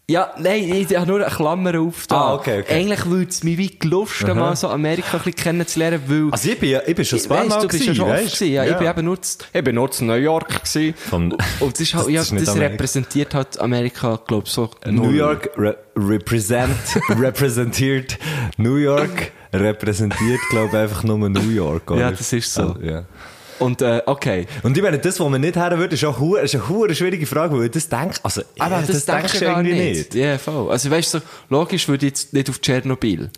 A: Ja, nein, ich habe nur eine Klammer auf da.
B: Ah, okay, okay.
A: Eigentlich würde es mich wie gelustet, mal so Amerika ein bisschen kennenzulernen, weil...
B: Also ich bin, ja- ich bin schon ein paar
A: Weißt,
B: Mal
A: du bist ja
B: gewesen,
A: schon oft
B: weißt?
A: gewesen. Ja, Ich bin eben nur, zu, ich bin nur zu New York gewesen.
B: Vom-
A: und das, ist halt,
B: Das
A: ja,
B: ist
A: das
B: nicht Amerika.
A: repräsentiert halt Amerika, glaube ich, so.
B: New
A: null.
B: York re represent, repräsentiert, New York repräsentiert, glaube ich, einfach nur New York, oder?
A: Ja, das ist so.
B: Also, ja.
A: Und, äh, okay.
B: Und ich meine, das, was man nicht her würde, ist auch hu- ist eine hure schwierige Frage, weil das denkst, also,
A: Aber
B: ja,
A: das, denkst du gar nicht. Ja, voll. Also, weißt du, so, logisch würde ich jetzt nicht auf Tschernobyl.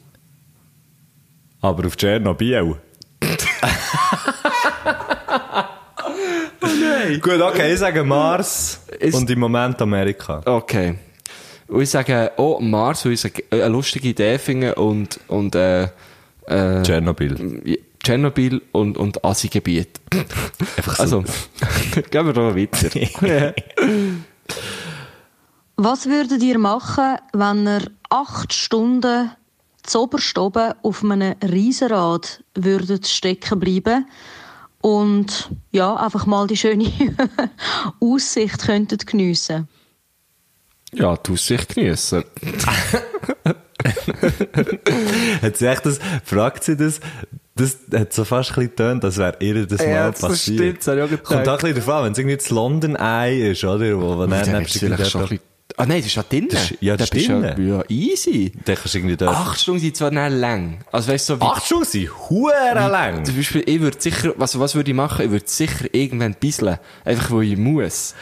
B: Aber auf Tschernobyl. Gut, okay, ich sage Mars
A: Oh Ist-
B: und im Moment Amerika.
A: Okay. Und ich sage, oh, Mars, weil ich sage, eine lustige Idee finde und, und, äh, äh,
B: Tschernobyl.
A: Tschernobyl und, und Asi-Gebiet.
B: Einfach so.
A: Also, gehen wir doch mal weiter.
F: Was würdet ihr machen, wenn ihr acht Stunden zoberst oben auf einem Riesenrad würdet stecken bleiben und ja, einfach mal die schöne Aussicht könntet geniessen?
A: ja, die Aussicht geniessen.
B: Hat sie echt das, fragt sie das, das hat so fast ein bisschen getönt, als wäre ihr das
A: Ja,
B: mal
A: das
B: passiert.
A: stimmt, das habe ich auch gedacht.
B: Kommt auch ein bisschen davon, an, wenn es irgendwie das London Eye ist, oder? Wo, wo
A: Nein,
B: dann,
A: dann
B: dann,
A: bist du Oh, vielleicht schon ein bisschen... Ah nein, das ist ja drinnen.
B: Das ist- ja, das
A: Dann
B: ist
A: bist du
B: drinnen.
A: Ja, easy.
B: dann kannst du irgendwie dort.
A: Acht Stunden sind zwar nicht lang. Also weißt du, so wie...
B: acht Stunden sind huere lang.
A: Zum Beispiel, ich würde sicher... Was, was würde ich machen? Ich würde sicher irgendwann bisseln. Einfach, wo ich muss.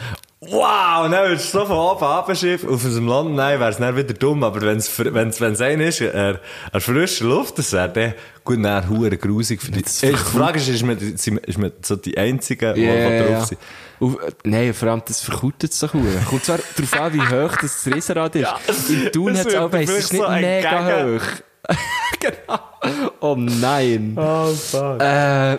B: Wow, und dann würdest du so von oben abschiffen. Auf unserem Land, nein, wär's dann wieder dumm. Aber wenn's, fr- wenn's, wenn's einer ist, er, er frische Luft, das wäre dann, gut, dann hure grusig für die. Äh,
A: Das ist
B: Die
A: verkauft.
B: Frage ist, ist man, sind- ist man so die Einzigen, die die drauf sind?
A: Auf, äh, nein, vor allem, das verkautet sich auch. Kommt zwar darauf an, wie hoch das Riesenrad ist. Im Tun
B: das
A: hat es
B: wird
A: auch, weiss, es ist
B: vielleicht
A: nicht
B: so
A: mega
B: entgegen.
A: hoch. genau. Oh nein.
B: Oh, fuck.
A: Äh,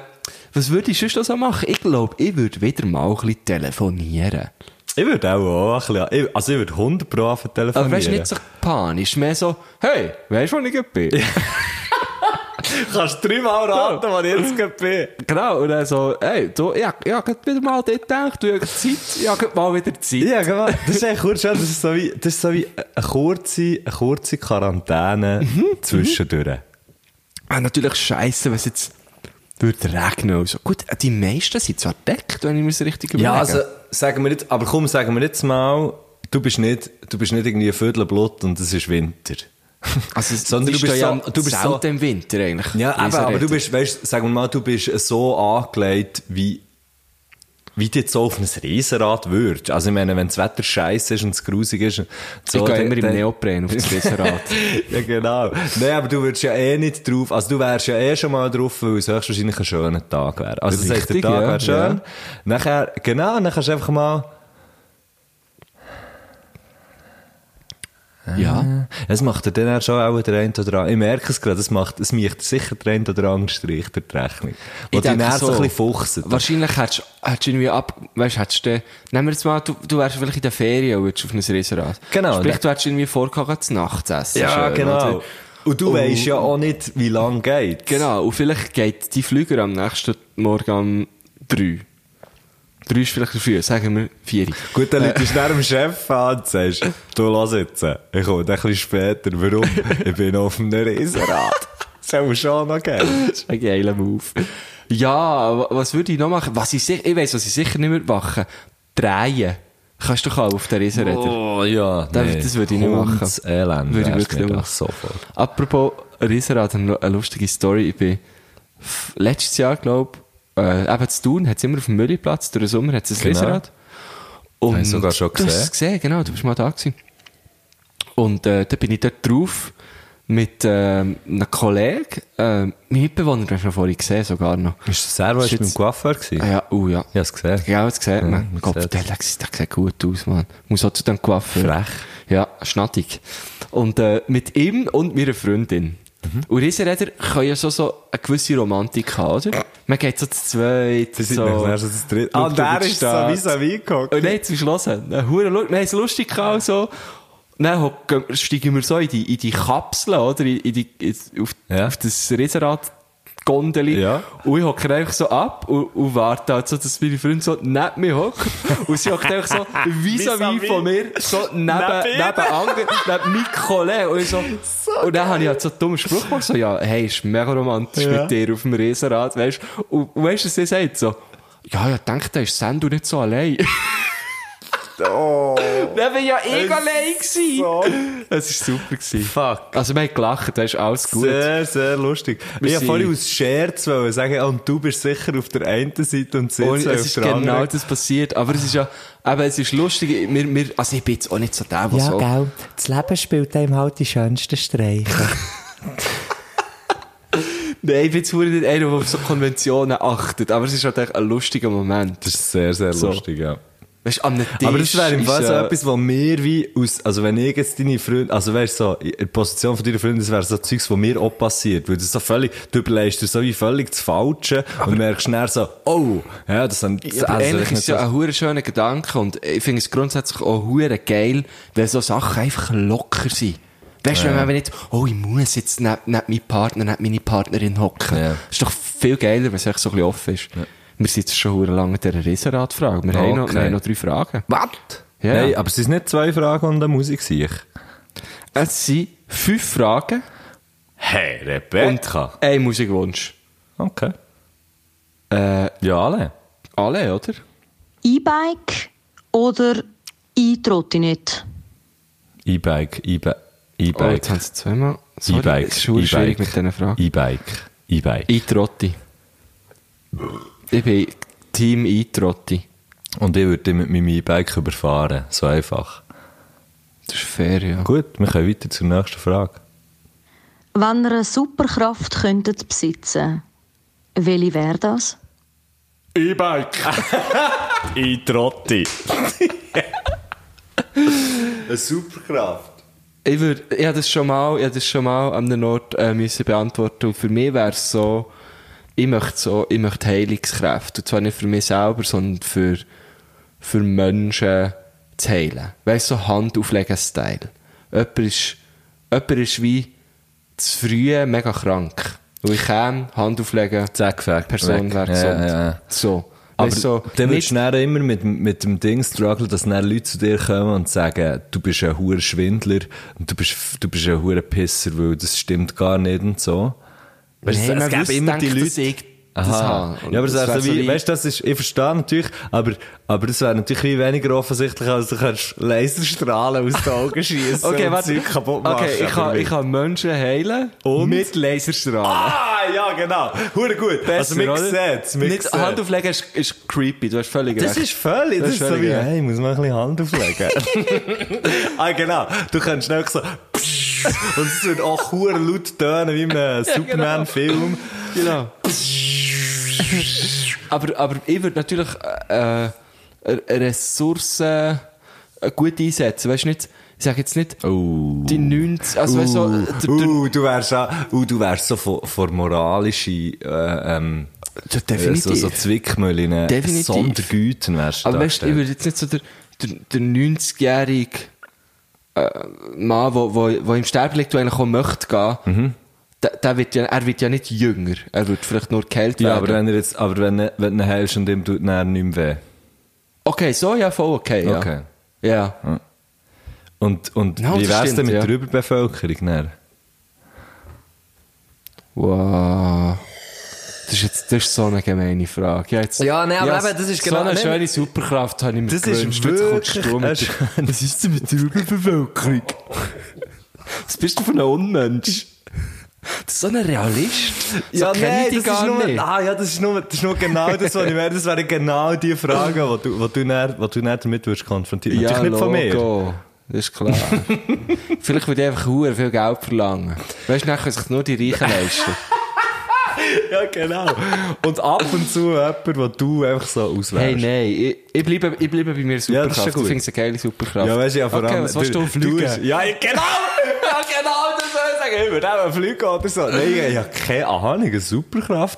A: was würde ich sonst noch so machen? Ich glaube, ich würde wieder mal ein bisschen telefonieren.
B: Ich würde auch, auch ein bisschen, ich- also ich würde 100 pro anfangen telefonieren.
A: Aber weißt du, nicht so panisch, mehr so, hey, weißt du, wo ich gerade bin?
B: Du kannst dreimal raten, wo ich jetzt gerade bin.
A: Genau, und dann so, hey, du, ich hab ich hab grad wieder mal dort gedacht, du hast Zeit, ich hab grad mal wieder Zeit.
B: Ja, genau. Das ist eigentlich kurz, das ist so wie, das ist so wie eine kurze, eine kurze Quarantäne zwischendurch.
A: Ah, natürlich scheiße, wenn es jetzt würde regnen und so. Gut, die meisten sind zwar deckt, wenn ich mir es richtig überlege.
B: Ja, also, sagen wir jetzt, aber komm, sagen wir jetzt mal, du bist nicht, du bist nicht irgendwie ein Viertel Blut und es ist Winter.
A: also es-
B: sondern
A: es
B: du
A: ist
B: bist
A: ja
B: so- du bist so-
A: selten im Winter eigentlich.
B: Ja,
A: Riesenräder.
B: aber, aber du bist, weißt, sagen wir mal, du bist so angelegt wie wie du jetzt so auf ein Riesenrad würdest. Also ich meine, wenn das Wetter scheiße ist und es grusig ist, so,
A: ich gehe
B: dann-
A: immer im
B: dann-
A: Neopren auf das Riesenrad.
B: ja, genau. Nein, aber du würdest ja eh nicht drauf, also du wärst ja eh schon mal drauf, weil es höchstwahrscheinlich ein schöner Tag wäre. Also das heisst, der
A: Richtig,
B: Tag
A: ja,
B: wäre schön.
A: ja.
B: Nachher, genau, dann kannst du einfach mal,
A: ja.
B: es macht dir dann auch schon auch der ein oder andere, ich merke es gerade, es macht, es macht sicher der ein oder andere Strich durch die Rechnung. Wo
A: Ich
B: die
A: denke
B: Nerven so
A: so.
B: ein bisschen fuchsen.
A: Wahrscheinlich hättest hättest du irgendwie ab, weißt, hättest du, nehmen wir jetzt mal, du, du wärst vielleicht in der Ferien und würdest auf ein Riesenrad.
B: Genau,
A: Sprich,
B: ne?
A: du hättest irgendwie vorgehabt, zu Nacht zu essen.
B: Ja,
A: schön,
B: genau.
A: oder?
B: Und du
A: Und-
B: weißt ja auch nicht, wie lange geht.
A: Genau, und vielleicht geht die Flüger am nächsten Morgen um drei. Drei ist vielleicht dafür, sagen wir vier.
B: Gut, dann liegst du nach dem Chef an und sagst, du lass jetzt, ich komme dann ein bisschen später. Warum? Ich bin auf einem Riesenrad. Das muss schon noch geben.
A: Das ist ein geiler Move. Ja, wa- was würde ich noch machen? Was ich, sich- ich weiss, was ich sicher nicht mehr machen Drehen. Kannst du doch auch auf den Riesenrädern.
B: Oh ja,
A: Das- das würde ich nicht machen.
B: Das Elend
A: Würde ich
B: wär's
A: wirklich
B: mir
A: nicht
B: doch
A: machen.
B: sofort.
A: Apropos Riesenrad, eine eine lustige Story. Ich bin f- letztes Jahr, glaube ich, äh, eben zu tun, hat es immer auf dem Müllplatz, durch den Sommer hat es ein
B: Genau.
A: Riesenrad. Und
B: Habe ich sogar schon
A: Du hast es gesehen, genau, du bist mal da gewesen. Und äh, da bin ich dort drauf mit ähm, einem Kollegen, äh, mein Mitbewohner, den hast du noch vorhin gesehen, sogar noch.
B: Ist das Servo
A: Ist
B: ist beim
A: jetzt-
B: Coiffeur gewesen?
A: Ah ja, oh ja.
B: Ich hab's gesehen.
A: Ja, das sieht man.
B: man
A: Gott,
B: sieht's.
A: der, der, sieht- der sieht gut aus, man. Muss auch zu dem Coiffeur.
B: Frech.
A: Ja, schnattig. Und äh, mit ihm und meiner Freundin.
B: Mhm.
A: Und Riesenräder können ja schon so eine gewisse Romantik haben, oder? Man geht so zu zweit.
B: Das ist
A: so.
B: so. das dritte. Ah,
A: Schaut über
B: der
A: die
B: ist so
A: Stadt.
B: vis-à-vis gehockt.
A: Und nein, zum Schluss. Eine Hure, Lu- wir haben es lustig gehabt, und so. Dann hock- gehen wir- steigen wir so in die, in die Kapsel, oder? In, in die, in- auf,
B: Ja.
A: auf das Riesenrad. Gondeli.
B: Ja.
A: Und ich hocke einfach so ab und, und warte halt so, dass meine Freundin so neben mir hockt. Und sie hockt einfach so vis-à-vis
B: Vis-à-vis.
A: von mir, so neben, neben, andere, neben meinem Kollegen. Und, ich so, und dann habe ich halt so einen dummen Spruch gemacht, so, ja, hey, ist mega romantisch
B: Ja.
A: mit dir auf dem Riesenrad, weißt du? Und, und weißt du, was sie sagt? So, ja, ja, denkt, da ist Sandu nicht so allein. Dann bin ja ich allein gewesen. Es war super. Gewesen.
B: Fuck.
A: Also, wir haben gelacht, das ist alles gut.
B: Sehr, sehr lustig. Ich wollte
A: sind-
B: vorhin aus Scherz wollen sagen, ah, und du bist sicher auf der einen Seite und sie
A: Und
B: zwei
A: es
B: auf
A: ist
B: der anderen.
A: genau das passiert. Aber es ist ja, aber es ist lustig. Wir, wir, also ich bin jetzt auch nicht so der, der
D: Ja,
A: so...
D: gell. Das Leben spielt einem halt die schönsten Streiche.
A: Nein, ich bin jetzt wirklich nicht einer, der auf so Konventionen achtet. Aber es ist halt echt ein lustiger Moment.
B: Das ist sehr, sehr
A: So.
B: lustig, ja.
A: Weißt du, an einem Tisch
B: Aber das wäre im
A: ist,
B: Fall so
A: äh,
B: etwas, was mir wie aus, also wenn ich jetzt deine Freundin, also wärst so, in der Position von deiner Freundin, das wäre so Zeugs, was mir auch passiert, weil das so völlig, du überlegst dir so wie völlig das Falsche und merkst schnell so, oh, ja, das sind, das
A: Ja, aber
B: also
A: ehrlich
B: ich
A: ist ja ein hure schöner Gedanke und ich finde es grundsätzlich auch hure geil, wenn so Sachen einfach locker sind. Weißt du, wenn man nicht, oh, ich muss jetzt neben, neben meinen Partner, neben meine Partnerin hocken.
B: Ja.
A: Ist doch viel geiler, wenn es echt so ein bisschen offen ist. Wir sind jetzt schon hure lange in dieser Riesenradfrage. Wir, haben noch,
B: Okay.
A: wir haben noch drei Fragen.
B: What?
A: Ja.
B: Nein, aber es sind nicht zwei Fragen und eine Musik sich.
A: Es sind fünf Fragen
B: Hey,
A: und
B: Rebecca.
A: ein Musikwunsch.
B: okay.
A: Äh,
B: Ja, alle.
A: alle, oder?
F: E-Bike oder E-Trottinette?
B: E-Bike, E-Bike,
A: Oh, jetzt
B: E-Bike,
A: haben sie zweimal. Sorry,
B: E-Bike,
A: Es ist hure schwierig mit diesen Fragen.
B: E-Bike, E-Bike.
A: Eintrotti. Ich bin Team Eintrotti.
B: Und ich würde dich mit meinem E-Bike überfahren, so einfach.
A: Das ist fair, ja.
B: Gut, wir können weiter zur nächsten Frage.
F: Wenn ihr eine Superkraft könntet besitzen, welche wäre das?
E: Ich Trotti.
B: Eine Superkraft.
A: Ich würde, ich hab das schon mal, ich hab das schon mal an einem Ort äh, müssen beantworten und für mich wäre es so, ich möchte so, ich möchte Heilungskräfte und zwar nicht für mich selber, sondern für, für Menschen zu heilen. Weißt du, so Hand auflegen Style. Jemand ist, jemand ist wie zu früh mega krank. Und ich kann Hand auflegen,
B: Zack, weg.
A: Person
B: weg.
A: wäre gesund.
B: Ja, ja, ja.
A: So.
B: Aber
A: Weißt du, so,
B: dann
A: nicht-
B: würdest du dann immer mit, mit dem Ding strugglen, dass dann Leute zu dir kommen und sagen, du bist ein hoher Schwindler und du bist, du bist ein hoher Pisser, weil das stimmt gar nicht und so. Weißt
A: Nein, man wüsste, denkt, dass ich das
B: Aha.
A: habe. Und
B: Ja, aber das
A: das
B: wäre so
A: wär so
B: wie,
A: wie-
B: weißt du, das ist, ich verstehe natürlich, aber, aber das wäre natürlich wie weniger offensichtlich, als du kannst Laserstrahlen aus den Augen schießen
A: Okay,
B: und
A: warte.
B: Zeug kaputt machen.
A: Okay, ich kann, ich kann Menschen heilen. Und? Mit Laserstrahlen.
E: Ah,
B: Ah, ja, genau. Hure gut. also, mich sieht's. mich
A: Nicht
B: sieht's.
A: Hand auflegen ist, ist creepy, du hast völlig
B: Das
A: recht.
B: ist völlig,
A: Genau.
B: das,
A: Das
B: ist
A: ist
B: so
A: völlig
B: wie,
A: geil.
B: hey, muss man ein bisschen Hand auflegen. ah, genau. Du kannst schnell so, und es wird auch hure laut tönen, wie in einem Superman-Film.
A: Genau. aber, aber ich würde natürlich äh, äh, Ressourcen äh, gut einsetzen. Weißt du nicht, ich sage jetzt nicht
B: Oh.
A: die 90, also weißt du,
B: Uh,
A: so, der- der-
B: uh, du wärst auch, uh, du wärst so vor, vor moralische, äh, ähm,
A: definitiv.
B: So, so Zwickmühlen, äh,
A: Definitiv.
B: Sondergüten wärst du
A: aber
B: da
A: weißt du, ich
B: gestellt.
A: würde jetzt nicht so der, der, der 90-jährige äh, Mann, wo, wo, wo im Sterben liegt, der eigentlich auch möchte gehen,
B: Mhm.
A: der, der wird ja, er wird ja nicht jünger. Er wird vielleicht nur kälter
B: Ja, aber wenn er jetzt, aber wenn, er- wenn du ihn heilst und ihm tut er nicht mehr weh.
A: Okay, so ja, voll okay. Ja.
B: Okay.
A: Ja.
B: Und, und
A: Ja,
B: wie
A: das
B: wär's denn
A: stimmt,
B: mit
A: ja.
B: der Überbevölkerung? Dann?
A: Wow. Das ist jetzt das ist so eine gemeine Frage. Ja, jetzt,
B: Ja, nee, aber eben, das ist genau-
A: So eine
B: nein,
A: schöne Superkraft habe ich mir
B: Das ist
A: gewünscht. Jetzt kommst
B: wirklich
A: du
B: eine
A: mit der- Was ist denn mit der Überbevölkerung? Was bist du für ein Unmensch? Das ist so ein Realist. so kenne ich dich
B: das ist
A: gar
B: nur,
A: nicht.
B: Ah, ja, das ist nur, das ist nur genau das, was ich meine. Das wären genau die Fragen, die du, die du, dann, die du dann damit würdest konfrontieren. Natürlich nicht von mir.
A: Logo. Das ist klar. Vielleicht würde ich einfach hure viel Geld verlangen. nou Weißt du, dann können sich nur die Reichen leisten.
B: Ja, genau. Und ab und zu jemand, den du einfach so auswählst.
A: Hey, nein, ich, ich, bleibe, ich bleibe bei mir
B: Ja, das
A: Superkraft.
B: ist ja
A: ich
B: gut.
A: finde es eine geile Superkraft.
B: Ja, weißt du, ja, vor
A: okay,
B: allem.
A: was willst du
B: hast-
A: fliegen?
B: Ja, ja, genau! Ja,
A: nou,
B: genau, das soll ich sagen. Ich würde auch fliegen oder so. Nein, ich habe keine Ahnung, eine Superkraft.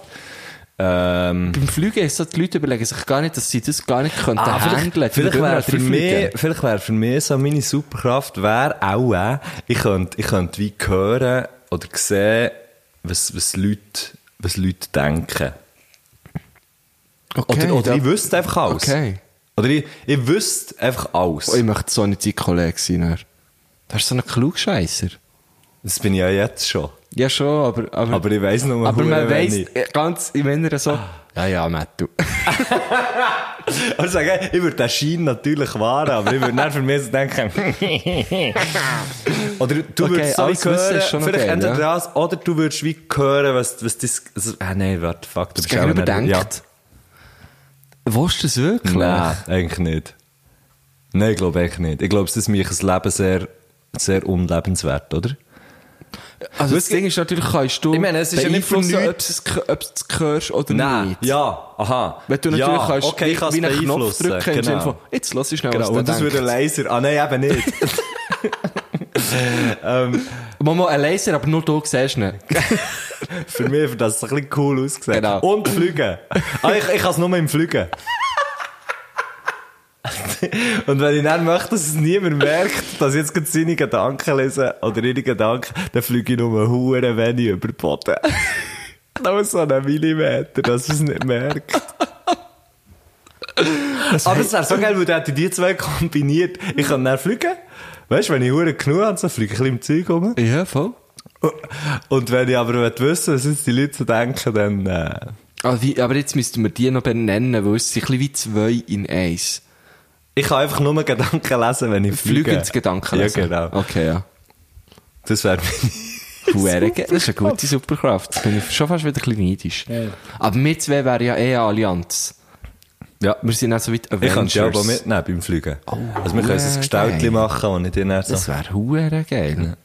B: Ähm.
A: Beim Fliegen ist so, die Leute überlegen sich gar nicht, dass sie das gar nicht könnten
B: Ah,
A: handeln.
B: vielleicht, vielleicht
A: Würden wir
B: wäre
A: auch
B: für,
A: drei
B: mich-
A: fliegen?
B: vielleicht wär für mich so meine Superkraft wäre auch, äh, ich könnte, ich könnte wie hören oder sehen, was, was, Leute, was Leute denken.
A: Okay,
B: oder oder
A: da-
B: ich wüsste einfach alles.
A: Okay.
B: Oder ich, ich wüsste einfach alles.
A: Oh, ich möchte so nicht sein Kollege sein. dann. Das ist so ein Klugscheisser.
B: Das bin ich ja jetzt schon.
A: Ja, schon, aber... Aber,
B: Aber ich weiss noch mal
A: aber Ah. man
B: verdammt
A: weiss,
B: wenig.
A: äh, ganz im Inneren so... Ja, ja, Matt, du.
B: Also sag, ey, ich würde den Schein natürlich wahren, aber ich würde nicht für mich so denken. oder du
A: Okay,
B: würdest so
A: alles
B: wie
A: wissen
B: hören,
A: ist schon noch
B: vielleicht
A: geil,
B: ändert
A: ja.
B: das, oder du würdest wie hören, was, was das, also, ah nein, warte, fuck, du
A: Das
B: bist auch
A: Gegenüber denkt.
B: nicht-
A: Ja. Willst du das wirklich?
B: Nein, eigentlich nicht. Nein, ich glaube eigentlich nicht. Ich glaube, das macht das Leben sehr, sehr unlebenswert, oder?
A: Also das Ding ist natürlich, kannst du
B: Ich meine, es ist ja nicht für
A: beeinflussen, ob
B: nichts-
A: du es k- ob du es hörst oder nicht.
B: Ja, aha.
A: Wenn du natürlich
B: ja,
A: kannst,
B: okay, ich kann es
A: wie einen Knopf
B: beeinflussen.
A: drücken, im Sinne
B: Genau.
A: von, jetzt lass ich schnell
B: genau.
A: was der
B: Und das
A: denkt.
B: würde ein Laser. Ah, nein, eben nicht.
A: Mama, ein Laser, aber nur du siehst ihn.
B: für mich, für das es ein bisschen cool ausgesehen.
A: Genau.
B: Und fliegen. Ah, ich, ich kann es nur im Fliegen. Und wenn ich dann möchte, dass es niemand merkt, dass ich jetzt gerade seine Gedanken lese oder ihre Gedanken, dann fliege ich nur hure wenig über den Boden. nur so einen Millimeter, dass man es nicht merkt. Aber es wäre so geil, weil dann hätte ich die zwei kombiniert. Ich kann dann fliegen. Weißt du, wenn ich hure genug habe, so fliege ich ein bisschen im Zeug rum.
A: Ja, voll.
B: Und wenn ich aber möchte wissen was jetzt die Leute so denken, dann... Äh,
A: Ah, wie, aber jetzt müssten wir die noch benennen, weil es sind ein bisschen wie zwei in eins.
B: ich kann einfach nur Gedanken lesen, wenn ich fliege.
A: Flügendes Gedanken
B: Ja, genau.
A: Okay, ja.
B: Das wäre meine...
A: Huere, das ist eine gute Superkraft. Jetzt bin ich schon fast wieder ein bisschen neidisch. Aber wir zwei wären ja eh eine Allianz.
B: Ja.
A: Wir sind auch so weit
B: Ich kann die
A: Avengers.
B: aber mitnehmen beim Fliegen. also wir können so ein
A: okay.
B: Gestaltchen machen und ich dir dann so...
A: Oh, Das wäre huere geil.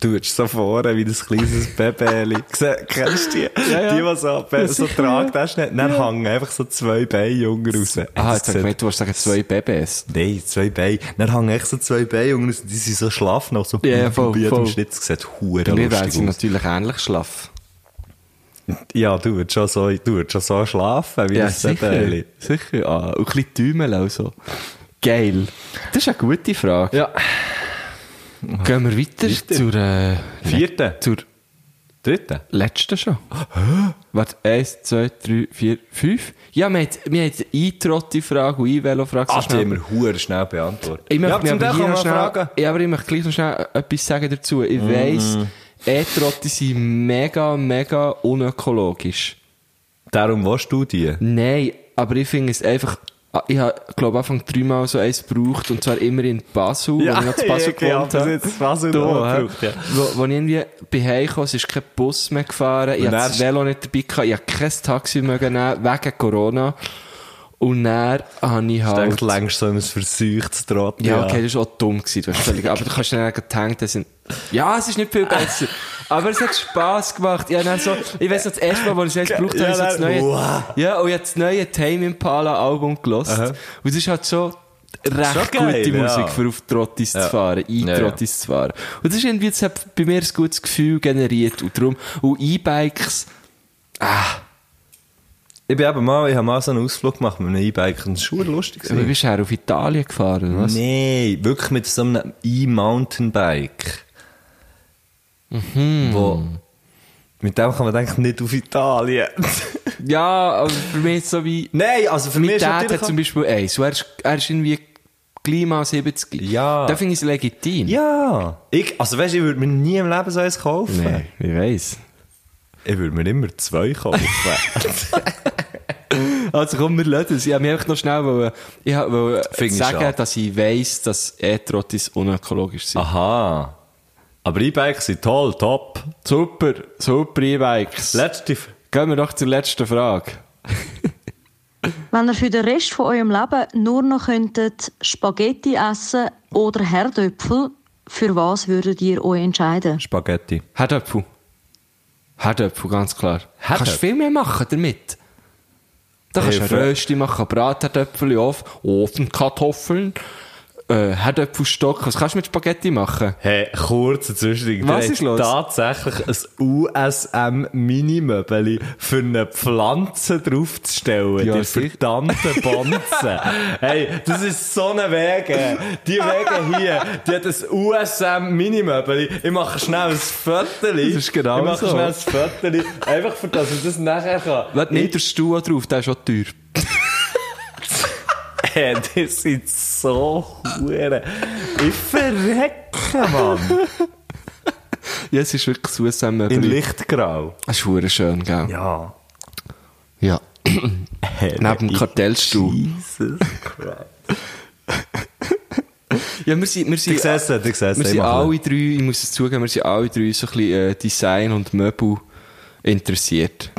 B: Du würdest so vorne wie das kleines Bebeli. Gse- Kennst du die? Die, die so, so tragt, das nicht. Dann hängen einfach so zwei Beinjungen raus.
A: Ah,
B: Das
A: jetzt habe ich
B: sieht-
A: gemeint, du hast sagen, zwei Babys.
B: Nein, zwei Beine. Dann hängen echt so zwei Beine und die sind so schlaff noch so
A: Ja, ja, voll,
B: probiert
A: voll.
B: im Schnitt. Das sieht
A: Bei
B: hure
A: mir wären sie
B: lustig aus.
A: natürlich ähnlich schlaff.
B: Ja, du würdest schon so, du würdest schon so schlafen wie das Beine.
A: Sicher, ah, und ein bisschen Däumel auch so. Geil. Das ist eine gute Frage.
B: Ja.
A: Gehen wir weiter, zur, äh,
B: Vierte,
A: zur
B: dritte.
A: letzten schon. Warte, eins, zwei, drei, vier, fünf. Ja, wir haben, wir haben eine Eintrotti-Frage und eine Velo-Frage.
B: Ach, die Ah, haben wir hure schnell beantwortet.
A: Ich möchte
B: zum
A: mir aber
B: Teil
A: hier
B: kann
A: noch
B: man
A: schnell,
B: fragen. Mm.
A: Ja, aber ich möchte gleich noch schnell etwas sagen dazu. Ich weiss, E-Trotti sind mega, mega unökologisch.
B: Darum willst du die?
A: Nein, aber ich finde es einfach ah, ich habe, glaube Anfang dreimal so eins gebraucht, und zwar immer in Basel, wo ich noch zu Basel gewohnt habe.
B: jetzt Basel
A: Da,
B: da,
A: hä?
B: gebraucht, ja.
A: wo, wo ich irgendwie bin heimgekommen, es ist kein Bus mehr gefahren, ich
B: Und
A: hatte
B: dann-
A: das Velo nicht dabei, gehabt, ich habe kein Taxi mehr nehmen, wegen Corona. Und dann habe ich
B: Ich
A: halt...
B: denke, längst so ein verseuchtes Trott.
A: Ja, okay, das war auch dumm. Gewesen, du hast völlig, aber du kannst dann getankt, das sind, ja, es ist nicht
B: Ah.
A: viel besser. aber es hat Spass gemacht. Ja, dann so, ich weiss noch, das erste Mal, wo ich es erst gebraucht habe,
B: Ja,
A: ja, ist das
B: dann-
A: neue,
B: Wow.
A: ja, und ich habe das neue Tame Impala Album gelost.
B: Aha.
A: Und es ist halt schon recht
B: Schon geil,
A: gute Musik
B: ja.
A: für auf Trottis
B: Ja.
A: zu fahren, in
B: Ja, ja.
A: Trottis zu fahren. Und das ist irgendwie, das hat bei mir ein gutes Gefühl generiert. Und darum, und E-Bikes,
B: Ich bin eben mal, ich habe mal so einen Ausflug gemacht mit einem E-Bike. und Das ist verdammt lustig.
A: du bist ja auf Italien gefahren, was?
B: Nee, wirklich mit so einem E-Mountainbike.
A: Mhm.
B: Wo, mit dem kann man denken, nicht auf Italien.
A: Ja, aber für mich ist so wie,
B: Nein, also für mich
A: Mein
B: ist
A: Dad
B: natürlich...
A: hat
B: auch-
A: zum Beispiel eins. und Er ist, er ist irgendwie gleich mal 70.
B: Ja.
A: Da finde ich es legitim.
B: Ja. Ich, also weißt du, ich würde mir nie im Leben so eins kaufen.
A: Nee, ich weiss.
B: Ich würde mir immer zwei kaufen.
A: Also komm, wir lassen es. Ich wollte mich einfach noch schnell wollen, ich wollte- wollte
B: Finde ich
A: sagen,
B: schade.
A: dass ich weiss, dass E-Trottis unökologisch sind.
B: Aha. Aber E-Bikes sind toll, top.
A: Super, super E-Bikes.
B: Letzte... F-
A: Gehen wir doch zur letzten Frage.
F: Wenn ihr für den Rest von eurem Leben nur noch könntet Spaghetti essen oder Herdöpfel, für was würdet ihr euch entscheiden?
B: Spaghetti.
A: Herdöpfel. Herdöpfel, ganz klar.
B: Herdöpfel?
A: Kannst viel mehr machen damit. Da kannst
B: Ey,
A: du
B: Fre-
A: Rösti machen, Bratherdöpfel, auf, Ofenkartoffeln, äh, Herdöpfelstock. Was kannst du mit Spaghetti machen?
B: Hey, kurze Zwischending.
A: Was
B: Der
A: ist
B: hat
A: los?
B: Tatsächlich ein usm Minimöbeli für eine Pflanze draufzustellen.
A: Ja,
B: die
A: sicher.
B: verdammte Bonze. hey, das ist so eine Wege. Die Wege hier, die hat ein usm Minimöbeli. Ich mache schnell ein Viertel.
A: Das ist genau
B: Ich mache
A: so.
B: schnell ein Viertel. Einfach für das, ich das nachher kann.
A: Warte, nicht der Stuhl drauf, der ist auch teuer.
B: Hey, die sind so hure. Ich verrecke, Mann.
A: Ja, es ist wirklich so zusammen.
B: In
A: Es
B: Lichtgrau.
A: ist verdammt schön, gell?
B: Ja.
A: Ja.
B: Hey,
A: Neben dem
B: ich-
A: Kartellstuhl.
B: Jesus Christ.
A: Ja, wir sind, wir sind,
B: Ich sehe es, ich sehe es.
A: wir
B: ich
A: sind
B: mache
A: alle drei, ich muss es zugeben, wir sind alle drei so ein bisschen äh, Design und Möbel interessiert.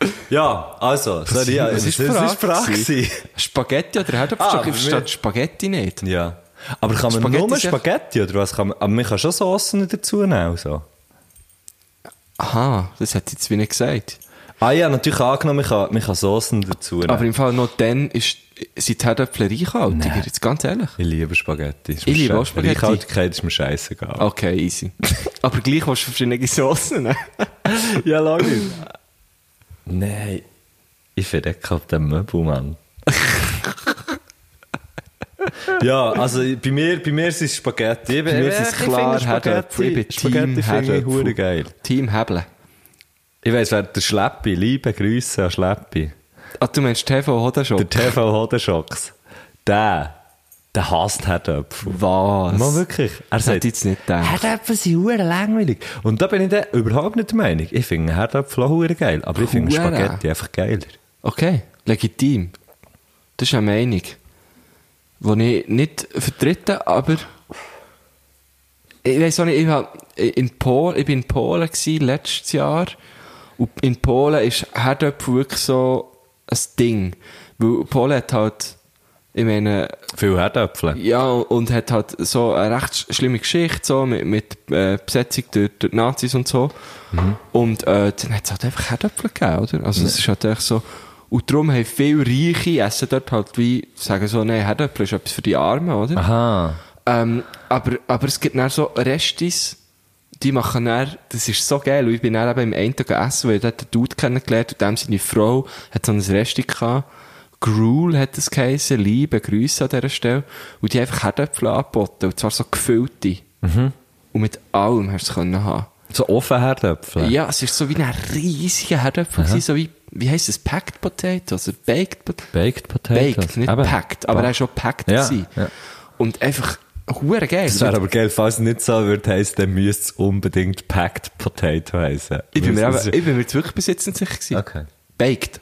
B: es. Ja, also, sorry, ja,
A: was
B: es
A: ist
B: ist
A: die Frage
B: es ist die Frage.
A: gewesen?
B: gewesen.
A: Spaghetti oder Herdöpfelstock?
B: Ah,
A: ich verstehe
B: wir-
A: die Spaghetti nicht.
B: Ja. Aber kann man
A: Spaghetti
B: nur
A: ist ja-
B: Spaghetti oder was? Kann man, aber man kann schon Soßen nicht dazu nehmen. also. So.
A: Aha, das hätte ich jetzt wie nicht gesagt.
B: Ah ja, natürlich angenommen, man kann, man kann Soßen dazu nehmen.
A: Aber im Fall noch dann ist, sind die Herdöpfel reichhaltiger, jetzt ganz ehrlich.
B: ich liebe Spaghetti. Ist
A: Ich
B: mir
A: liebe
B: schei-
A: auch Spaghetti.
B: Reichhaltigkeit ist mir scheißegal.
A: Okay, easy. Aber gleich hast du verschiedene Soßen. ne?
B: Ja, lange. Nein. Ich verdecke auf den Möbel, Mann. ja, also bei mir, bei mir sind es Spaghetti. Ich bin-
A: Bei mir
B: ich
A: sind es
B: finde
A: klar Herdöpfel.
B: Spaghetti.
A: Ich bin
B: Spaghetti
A: Team
B: finde ich
A: Herdöpfel.
B: hure geil.
A: Team Hebeln.
B: Ich weiss, wer der Schleppi, liebe Grüße an Schleppi.
A: Ah, du meinst TV oder schon?
B: Der TV Hodenschocks. Der, der hasst Herdöpfel.
A: Was?
B: Mal wirklich. Er sagt,
A: Hätte ich jetzt nicht gedacht.
B: Herdöpfel sind hure langweilig. Und da bin ich dann überhaupt nicht der Meinung. Ich finde Herdöpfel auch hure geil. Aber ich finde
A: Hure.
B: Spaghetti einfach geiler.
A: Okay, legitim. Das ist eine Meinung, die ich nicht vertrete, aber ich weiß auch nicht, ich, hab in Polen, ich bin in Polen gewesen, letztes Jahr und in Polen ist Herdöpfel wirklich so ein Ding, weil Polen hat halt, ich meine,
B: Viel Herdöpfel.
A: ja, und hat halt so eine recht sch- schlimme Geschichte, so mit, mit äh, Besetzung durch, durch die Nazis und so. Und äh, dann hat es halt einfach Kartoffeln gegeben, oder? Also es ist halt echt so... Und darum haben viele Reiche essen dort halt wie, sagen so, nein, Kartoffeln ist etwas für die Armen, oder?
B: Aha.
A: Ähm, aber, aber es gibt dann so Restis, die machen dann, das ist so geil, und ich bin dann eben im einen Tag essen, weil ich dort einen Dude kennengelernt und dem seine Frau hat so ein Resti gehabt. Gruel hat es geheissen, liebe Grüße an dieser Stelle. Und die haben einfach Kartoffeln angeboten, und zwar so gefüllte.
B: Mhm.
A: Und mit allem hast du es können haben.
B: So offen Herdöpfel.
A: Ja, es ist so wie ein riesiger Kartoffel gewesen, so wie, wie heisst es, Packed Potato, also Baked Potato.
B: Baked Potatoes.
A: Baked, nicht
B: Eben.
A: Packed, aber er war schon Packed.
B: Ja,
A: gewesen.
B: ja.
A: Und einfach, hure geil.
B: Das wäre aber geil, falls es nicht so würde heissen, dann müsste es unbedingt Packed Potato heißen.
A: Ich bin, mir
B: Das
A: eben, ich bin mir jetzt wirklich bis jetzt nicht sicher gewesen.
B: Okay.
A: Baked.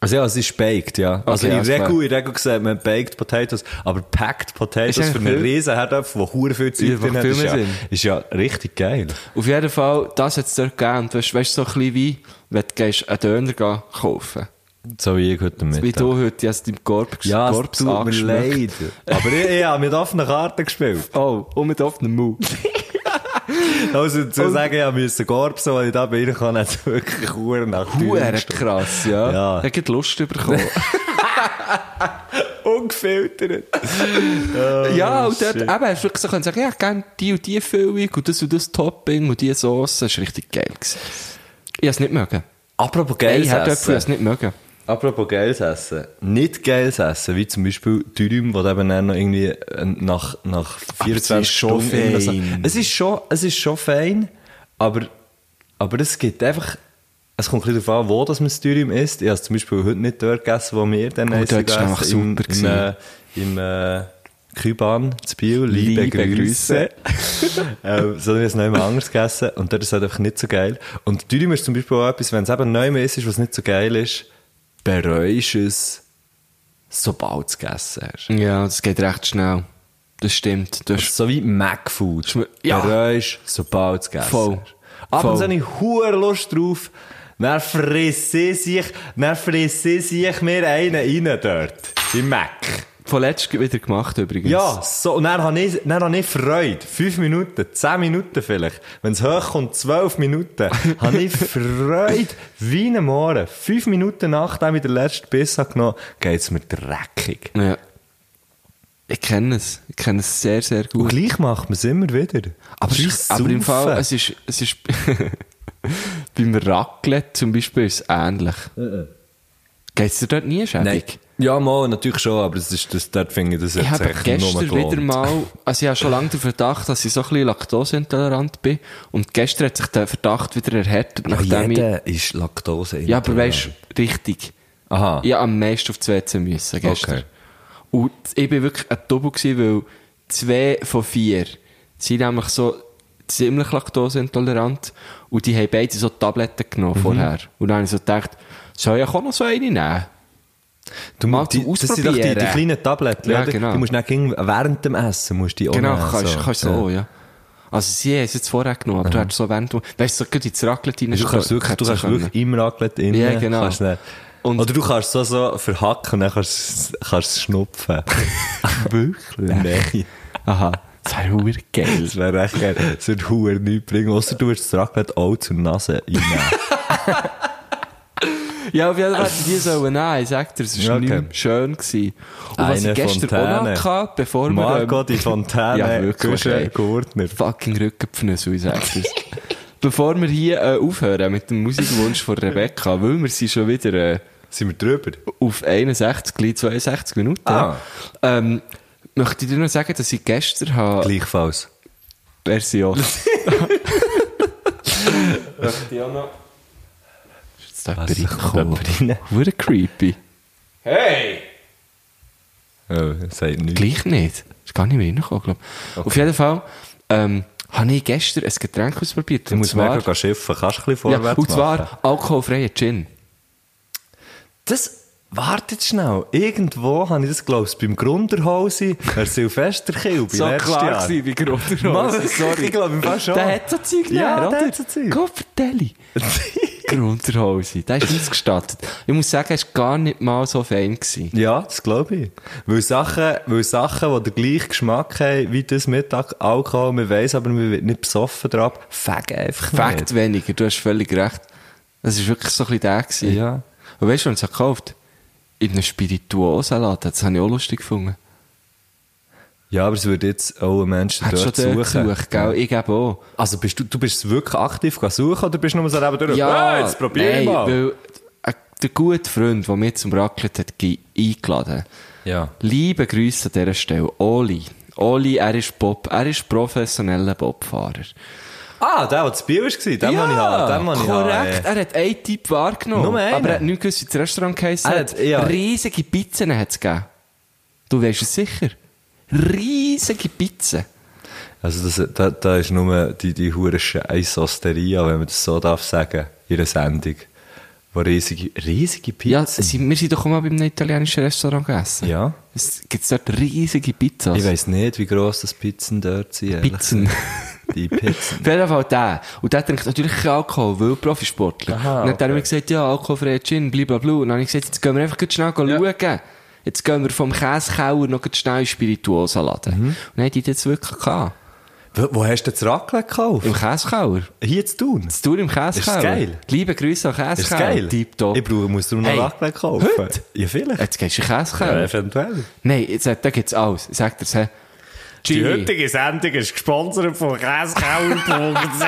B: Also ja, es ist baked, ja. Also
A: Okay,
B: in
A: alles klar.
B: Regu, in Regu sieht man baked Potatoes, aber packed
A: Ist
B: Potatoes
A: eigentlich
B: für einen
A: viel-
B: riesen Herdöpfel, der hure viel
A: Ja,
B: Zeug drin
A: macht
B: hat,
A: viel
B: ist
A: mehr
B: ja,
A: Sinn.
B: ist ja richtig geil.
A: Auf jeden Fall, das hat es dort gegeben. Und weißt, weißt, so ein bisschen wie, wenn du gehst, einen Döner gehen kaufen
B: So wie ich heute
A: Wie
B: Mittag.
A: du heute hast deinem Korb ges-
B: Ja, es
A: Korps
B: tut mir
A: angeschmeckt.
B: leid. Aber ich, ich habe mit offenen Karten gespielt.
A: Oh, und mit offenem Mund.
B: Also zu sagen, ich musste Korps, weil ich da bei ihnen kann, hat es wirklich hure nach
A: Huere
B: Tür gestochen.
A: krass, ja.
B: Ja.
A: Er hat Lust bekommen.
B: Ungefiltert. Oh,
A: ja, und dort eben, hast du wirklich so können sagen, ja, gerne die und die Füllung und das und das Topping und die Sauce. Das war richtig geil. gewesen. Ich hab's nicht mögen.
B: Apropos
A: Ey,
B: geiles
A: Herdöpfel, ich hab's
B: Essen.
A: nicht mögen.
B: Apropos geiles Essen. Nicht geiles Essen, wie zum Beispiel Dürüm, wo du eben dann noch irgendwie äh, nach, nach
A: es
B: 24
A: ist schon
B: Stunden... oder so-
A: fein.
B: Es ist schon, es ist schon fein, aber, aber es gibt einfach... Es kommt ein bisschen darauf an, wo das man das Dürüm isst. Ich habe es zum Beispiel heute nicht dort gegessen, wo wir dann
A: Oh, dort
B: sind
A: ist es einfach
B: gegessen, im-
A: super
B: Im, äh, im äh, Küban, zu Biel, liebe,
A: Liebe
B: Grüße.
A: Grüße.
B: ähm, sondern wir haben es noch einmal anders gegessen und dort ist es halt einfach nicht so geil. Und Dürüm ist zum Beispiel auch etwas, wenn es eben neu mehr ist, was nicht so geil ist, bereust du es, sobald du es gegessen hast.
A: Ja, das geht recht schnell. Das stimmt. Du hast
B: So wie Mac-Food.
A: mir- ja.
B: Bereust du, sobald du es gegessen
A: Voll.
B: hast. Ab und zu
A: Voll.
B: habe ich hohe Lust drauf, dann fresse ich, dann fresse ich mir einen rein dort. Im Mac.
A: vorletzt wieder gemacht übrigens.
B: Ja, so, und dann habe ich, dann habe ich Freude. Fünf Minuten, zehn Minuten vielleicht. Wenn es hochkommt, zwölf Minuten. habe ich Freude, wie am Morgen. Fünf Minuten nachdem ich den letzten Biss habe genommen geht es mir dreckig.
A: ja. Ich kenne es. Ich kenne es sehr, sehr
B: Und
A: gut.
B: gleich macht man es immer wieder.
A: Aber, es
B: Scheiss
A: ist, aber im
B: Saufen.
A: Fall, es ist, es ist beim Raclette zum Beispiel ist es ähnlich. Geht's dir dort nie schäbig?
B: Äh, Nein. Ja, mal, natürlich schon, aber es ist, das, dort finde ich das
A: Ich
B: jetzt
A: habe
B: echt nur
A: gestern
B: gelohnt.
A: wieder mal, also ich habe schon lange den Verdacht, dass ich so ein bisschen laktoseintolerant bin. Und gestern hat sich der Verdacht wieder erhärtet,
B: Ja,
A: nachdem ich...
B: jeder ist Laktose.
A: Ja, aber weißt du, richtig.
B: Aha.
A: Ich habe am meisten auf die WC müssen gestern.
B: Okay.
A: Und ich war wirklich ein Double, gewesen, weil zwei von vier sind nämlich so ziemlich laktoseintolerant und die haben beide so Tabletten
B: Mhm.
A: genommen vorher. Und dann habe ich so gedacht, soll ich auch noch so eine nehmen?
B: Du
A: Mal
B: musst die,
A: zum
B: das sind doch die, die
A: Ausprobieren.
B: kleinen Tabletten,
A: Ja,
B: oder?
A: genau.
B: Die musst du dann während dem Essen musst du die auch
A: Genau,
B: nehmen,
A: kannst,
B: Oh so.
A: kannst du so, ja. Also sie haben es jetzt vorher genommen, aber du hättest so während... Weißt du, so gut ins Raclette rein...
B: Also Du kannst wirklich, du kannst wirklich im Raclette innen.
A: Ja, genau.
B: Kannst dann,
A: Und-
B: oder du kannst so, so verhacken, dann kannst du kannst es schnupfen. wirklich? Nein.
A: Aha, das wäre verdammt geil.
B: Das wäre echt geil. Das würde Huren nichts bringen. Außer du würdest das Raclette auch zur Nase reinnehmen.
A: Ja, auf jeden Fall hätte ich die sollen nehmen. Ich sag dir, es
B: Ja,
A: war
B: okay.
A: nicht mehr schön. Gewesen. Und was
B: Eine
A: ich gestern auch
B: Fontäne.
A: noch hatte, bevor wir...
B: Margot
A: ähm,
B: die Fontäne,
A: ja, wirklich.
B: Guschen,
A: ey.
B: Gurtner.
A: Fucking Rückenpfnüsse, ich sag dir's. Bevor wir hier äh, aufhören mit dem Musikwunsch von Rebecca, weil wir sind schon wieder äh,
B: Sind wir drüber?
A: auf 61, gleich 62 Minuten,
B: Ah.
A: ähm, möchte ich dir noch sagen, dass ich gestern habe...
B: Gleichfalls.
A: Version. Möchte ich auch noch. Ist jetzt da
B: Was, da
A: jemand
B: kommt
A: reingekommen?
B: jemand rein?
A: Hure creepy.
B: Oh, sagt nichts.
A: Gleich nicht. Ist gar nicht mehr reingekommen, glaube ich. Auf jeden Fall ähm, habe ich gestern ein Getränk ausprobiert.
B: Du
A: und
B: musst
A: zwar,
B: mega gehen schiffen. Kannst du ein bisschen
A: ja,
B: vorwärts
A: und
B: machen?
A: zwar alkoholfreier Gin.
B: Das wartet schnell. Irgendwo habe ich das, glaube ich, beim Grunderhose, der Silvesterkill, bei letztes Jahr.
A: wie groß
B: Mann, Ich glaube, im Fall schon.
A: Der hat so Zeug
B: Ja,
A: genommen,
B: der
A: oder?
B: hat so Zeug.
A: Gott, vertell Grunderhose, der ist ausgestattet. Ich muss sagen, er war gar nicht mal so fein. Gewesen.
B: Ja, das glaube ich. Weil Sachen, weil Sachen, die den gleichen Geschmack haben wie das Mittag Alkohol, man weiss, aber man wird nicht besoffen drauf, fegen einfach
A: Fakt
B: nicht.
A: weniger, du hast völlig recht. Das war wirklich so ein bisschen der. Gewesen.
B: Ja.
A: Und weißt du, was ich gekauft In einem Spirituosenladen. Das habe ich auch lustig gefunden.
B: Ja, aber es würde jetzt auch einen Menschen
A: Hat schon
B: dort
A: dort
B: suchen.
A: gesucht, gell? Ich eben auch.
B: Also bist du, du bist wirklich aktiv gegangen suchen oder bist du nur so eben durch? Hey, jetzt probier
A: nein,
B: mal.
A: Weil äh, der gute Freund, der mich zum Raclette hat ge- eingeladen
B: Ja.
A: Liebe Grüße an dieser Stelle. Oli. Oli, er ist Bob. Er ist professioneller Bobfahrer.
B: Ah, der, der zu Biel war, den ja, ich haben, den muss ich haben, ey.
A: korrekt. Er hat einen Typ wahrgenommen.
B: Nur einen?
A: aber er hat nicht gewusst, wie das Restaurant geheissen
B: Er
A: hat.
B: hat- ja.
A: Riesige Pizzen hat es gegeben. Du weißt es sicher. Riesige Pizzen.
B: Also das, da, da ist nur die, die hure Scheiss Osteria, wenn man das so darf sagen, in einer Sendung. Wo riesige, riesige Pizza.
A: Ja, sie, wir sind doch auch mal bei einem italienischen Restaurant Dus gegessen.
B: Ja.
A: Es gibt dort riesige Pizzas.
B: Ich weiss nicht, wie gross das Pizzen dort sind. ehrlich
A: Pizzen.
B: gesagt. Die Pizzen.
A: Auf jeden Fall der. Und der trinkt natürlich keinen Alkohol, weil Profisportler.
B: Aha,
A: und dann hat er
B: okay.
A: mir gesagt, ja, alkoholfreier Gin, blablabla. Und dann habe ich gesagt, jetzt gehen wir einfach gleich schnell schauen. Jetzt gehen wir vom Käsekauer noch gleich schnell in Spirituosa laden.
B: Mhm.
A: Und dann hat die das wirklich gehabt.
B: wo, wo hast du das Raclette gekauft?
A: Im Käsekauer.
B: Hier zu tun.
A: Das Tour im Käsekauer.
B: Ist geil.
A: Liebe Grüße an Käsekauer.
B: Ist geil.
A: Tipptopp.
B: Ich brauche, muss darum noch
A: Hey,
B: Raclette kaufen.
A: heute?
B: Ja, vielleicht.
A: Jetzt gehst du in den
B: ja,
A: Käsekauer.
B: eventuell.
A: Nein, jetzt, äh, da gibt's alles. Ich sag dir's, hä?
E: Die
A: Jimmy.
E: heutige Sendung ist gesponsert von Käsekauer.ch.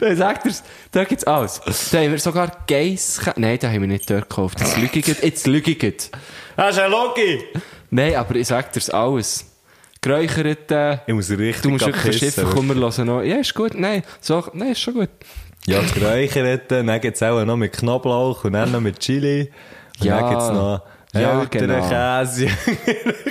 A: Dann sagt er's, da gibt's alles. Da haben wir sogar Geiss, nein, da haben wir nicht dort gekauft. Jetzt lüge ich, jetzt lüge ich.
E: Das ist ein Logi.
A: Nein, aber ich sag dir's alles. Geräucherte,
B: Ich muss richtig
A: du musst wirklich
B: abpissen,
A: Schiffen kommen lassen. noch. Ja, ist gut, nein, so, nein, ist schon gut.
B: Ja, das Räucherte, dann gibt es auch noch mit Knoblauch und dann noch mit Chili. Und
A: Ja.
B: dann gibt es noch
A: Ja,
B: genau. Käse.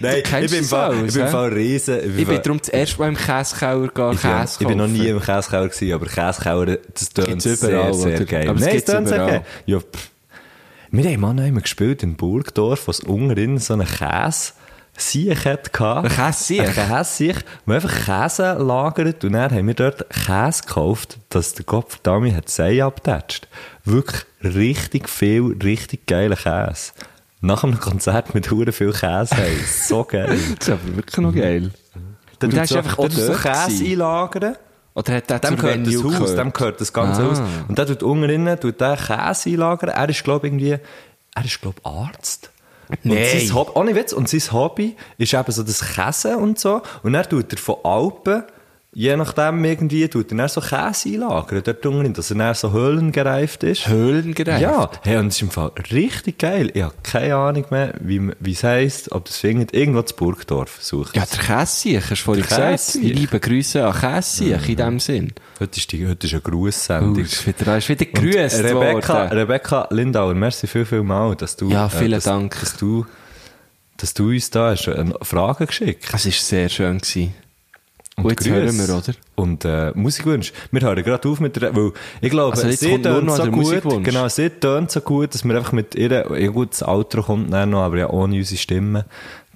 B: Nein, ich
A: kennst
B: bin
A: das
B: im Fall,
A: alles,
B: ich bin im
A: hä?
B: Fall riesen.
A: Ich bin darum das erste Mal im Käsekauer gegangen,
B: ich, bin-
A: Käse
B: ich bin noch nie
A: kaufen.
B: im Käsekauer gewesen, aber Käsekauer, das tönt
A: Gibt's
B: sehr,
A: überall,
B: sehr
A: oder?
B: geil.
A: Aber es gibt's
B: tönt sehr
A: überall.
B: geil. Ja, pff. wir haben mal noch einmal gespielt in Burgdorf, was unten so einen Käse Siech hat gehabt.
A: Ein Käsesiech?
B: Ein Käsesiech, wo einfach Käse lagert und dann haben wir dort Käse gekauft, dass der Gottverdammt hat Sei abgetatscht. Wirklich richtig viel, richtig geiler Käse. Nach einem Konzert mit hure viel Käse, hey, so geil.
A: Das ist aber wirklich noch geil.
B: Mhm. Dann
A: Und
B: tut
A: der ist
B: so-
A: einfach
B: oder so
A: dort
B: Käse
A: gewesen.
B: einlagern.
A: Oder hat der
B: Dem
A: zum
B: gehört das
A: Venue
B: Haus,
A: gehört?
B: dem gehört das ganze
A: Ah.
B: Haus. Und der tut unten drinnen, tut der Käse einlagern. Er ist, glaube irgendwie, er ist, glaube Arzt. Und
A: Nein.
B: sein Hobby, ohne Witz, und sein Hobby ist eben so das Käse und so. Und er tut er von Alpen, je nachdem irgendwie, tut er dann so Käse einlagern, dort unten drin, dass er dann so höhlengereift ist.
A: Höhlengereift?
B: Ja, hey, und das ist im Fall richtig geil. Ich habe keine Ahnung mehr, wie es heisst, ob das findet. Irgendwo zu Burgdorf suchen.
A: Ja, der Kässiech, hast du vorhin
B: Der Mhm.
A: gesagt.
B: Kässiech.
A: Liebe Grüße an Kässiech in dem Sinn.
B: Heute ist, die, heute ist eine
A: Oh,
B: Grussendung.
A: ist wieder, ist wieder
B: Und
A: grüßt
B: Rebecca,
A: worden.
B: Rebecca Lindauer, merci viel, viel mal, dass du, äh,
A: Ja, vielen
B: dass,
A: Dank.
B: Dass, du, dass du uns da hast, äh, Fragen geschickt
A: Es war sehr schön. Gewesen. Und, jetzt
B: Grüße.
A: hören wir, oder?
B: Und äh, Musikwunsch. Wir hören gerade auf mit der, weil ich glaube,
A: Also jetzt
B: sie
A: kommt nur
B: tönt
A: noch
B: so
A: der
B: gut,
A: Musikwunsch.
B: genau, sie tönt so gut, dass wir einfach mit ihr, ja gut, das Outro kommt dann noch, aber ja ohne unsere Stimme.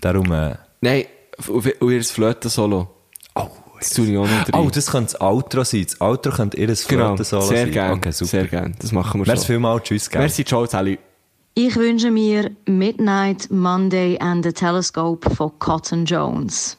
B: Darum, äh,
A: Nein, und und ihr Flöten-Solo.
B: oh,
A: Das tue ich auch noch rein.
B: oh, das könnte das Outro sein. Das Outro könnte ihr
A: genau.
B: Flöten-Solo
A: Sehr
B: sein.
A: gerne.
B: Okay, super.
A: Sehr gerne. Das machen wir
B: Merci
A: schon.
B: vielmals, tschüss, gell.
A: Merci, ciao, Sally.
F: Ich wünsche mir Midnight, Monday and the Telescope von Cotton Jones.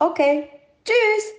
G: Okay. Tschüss.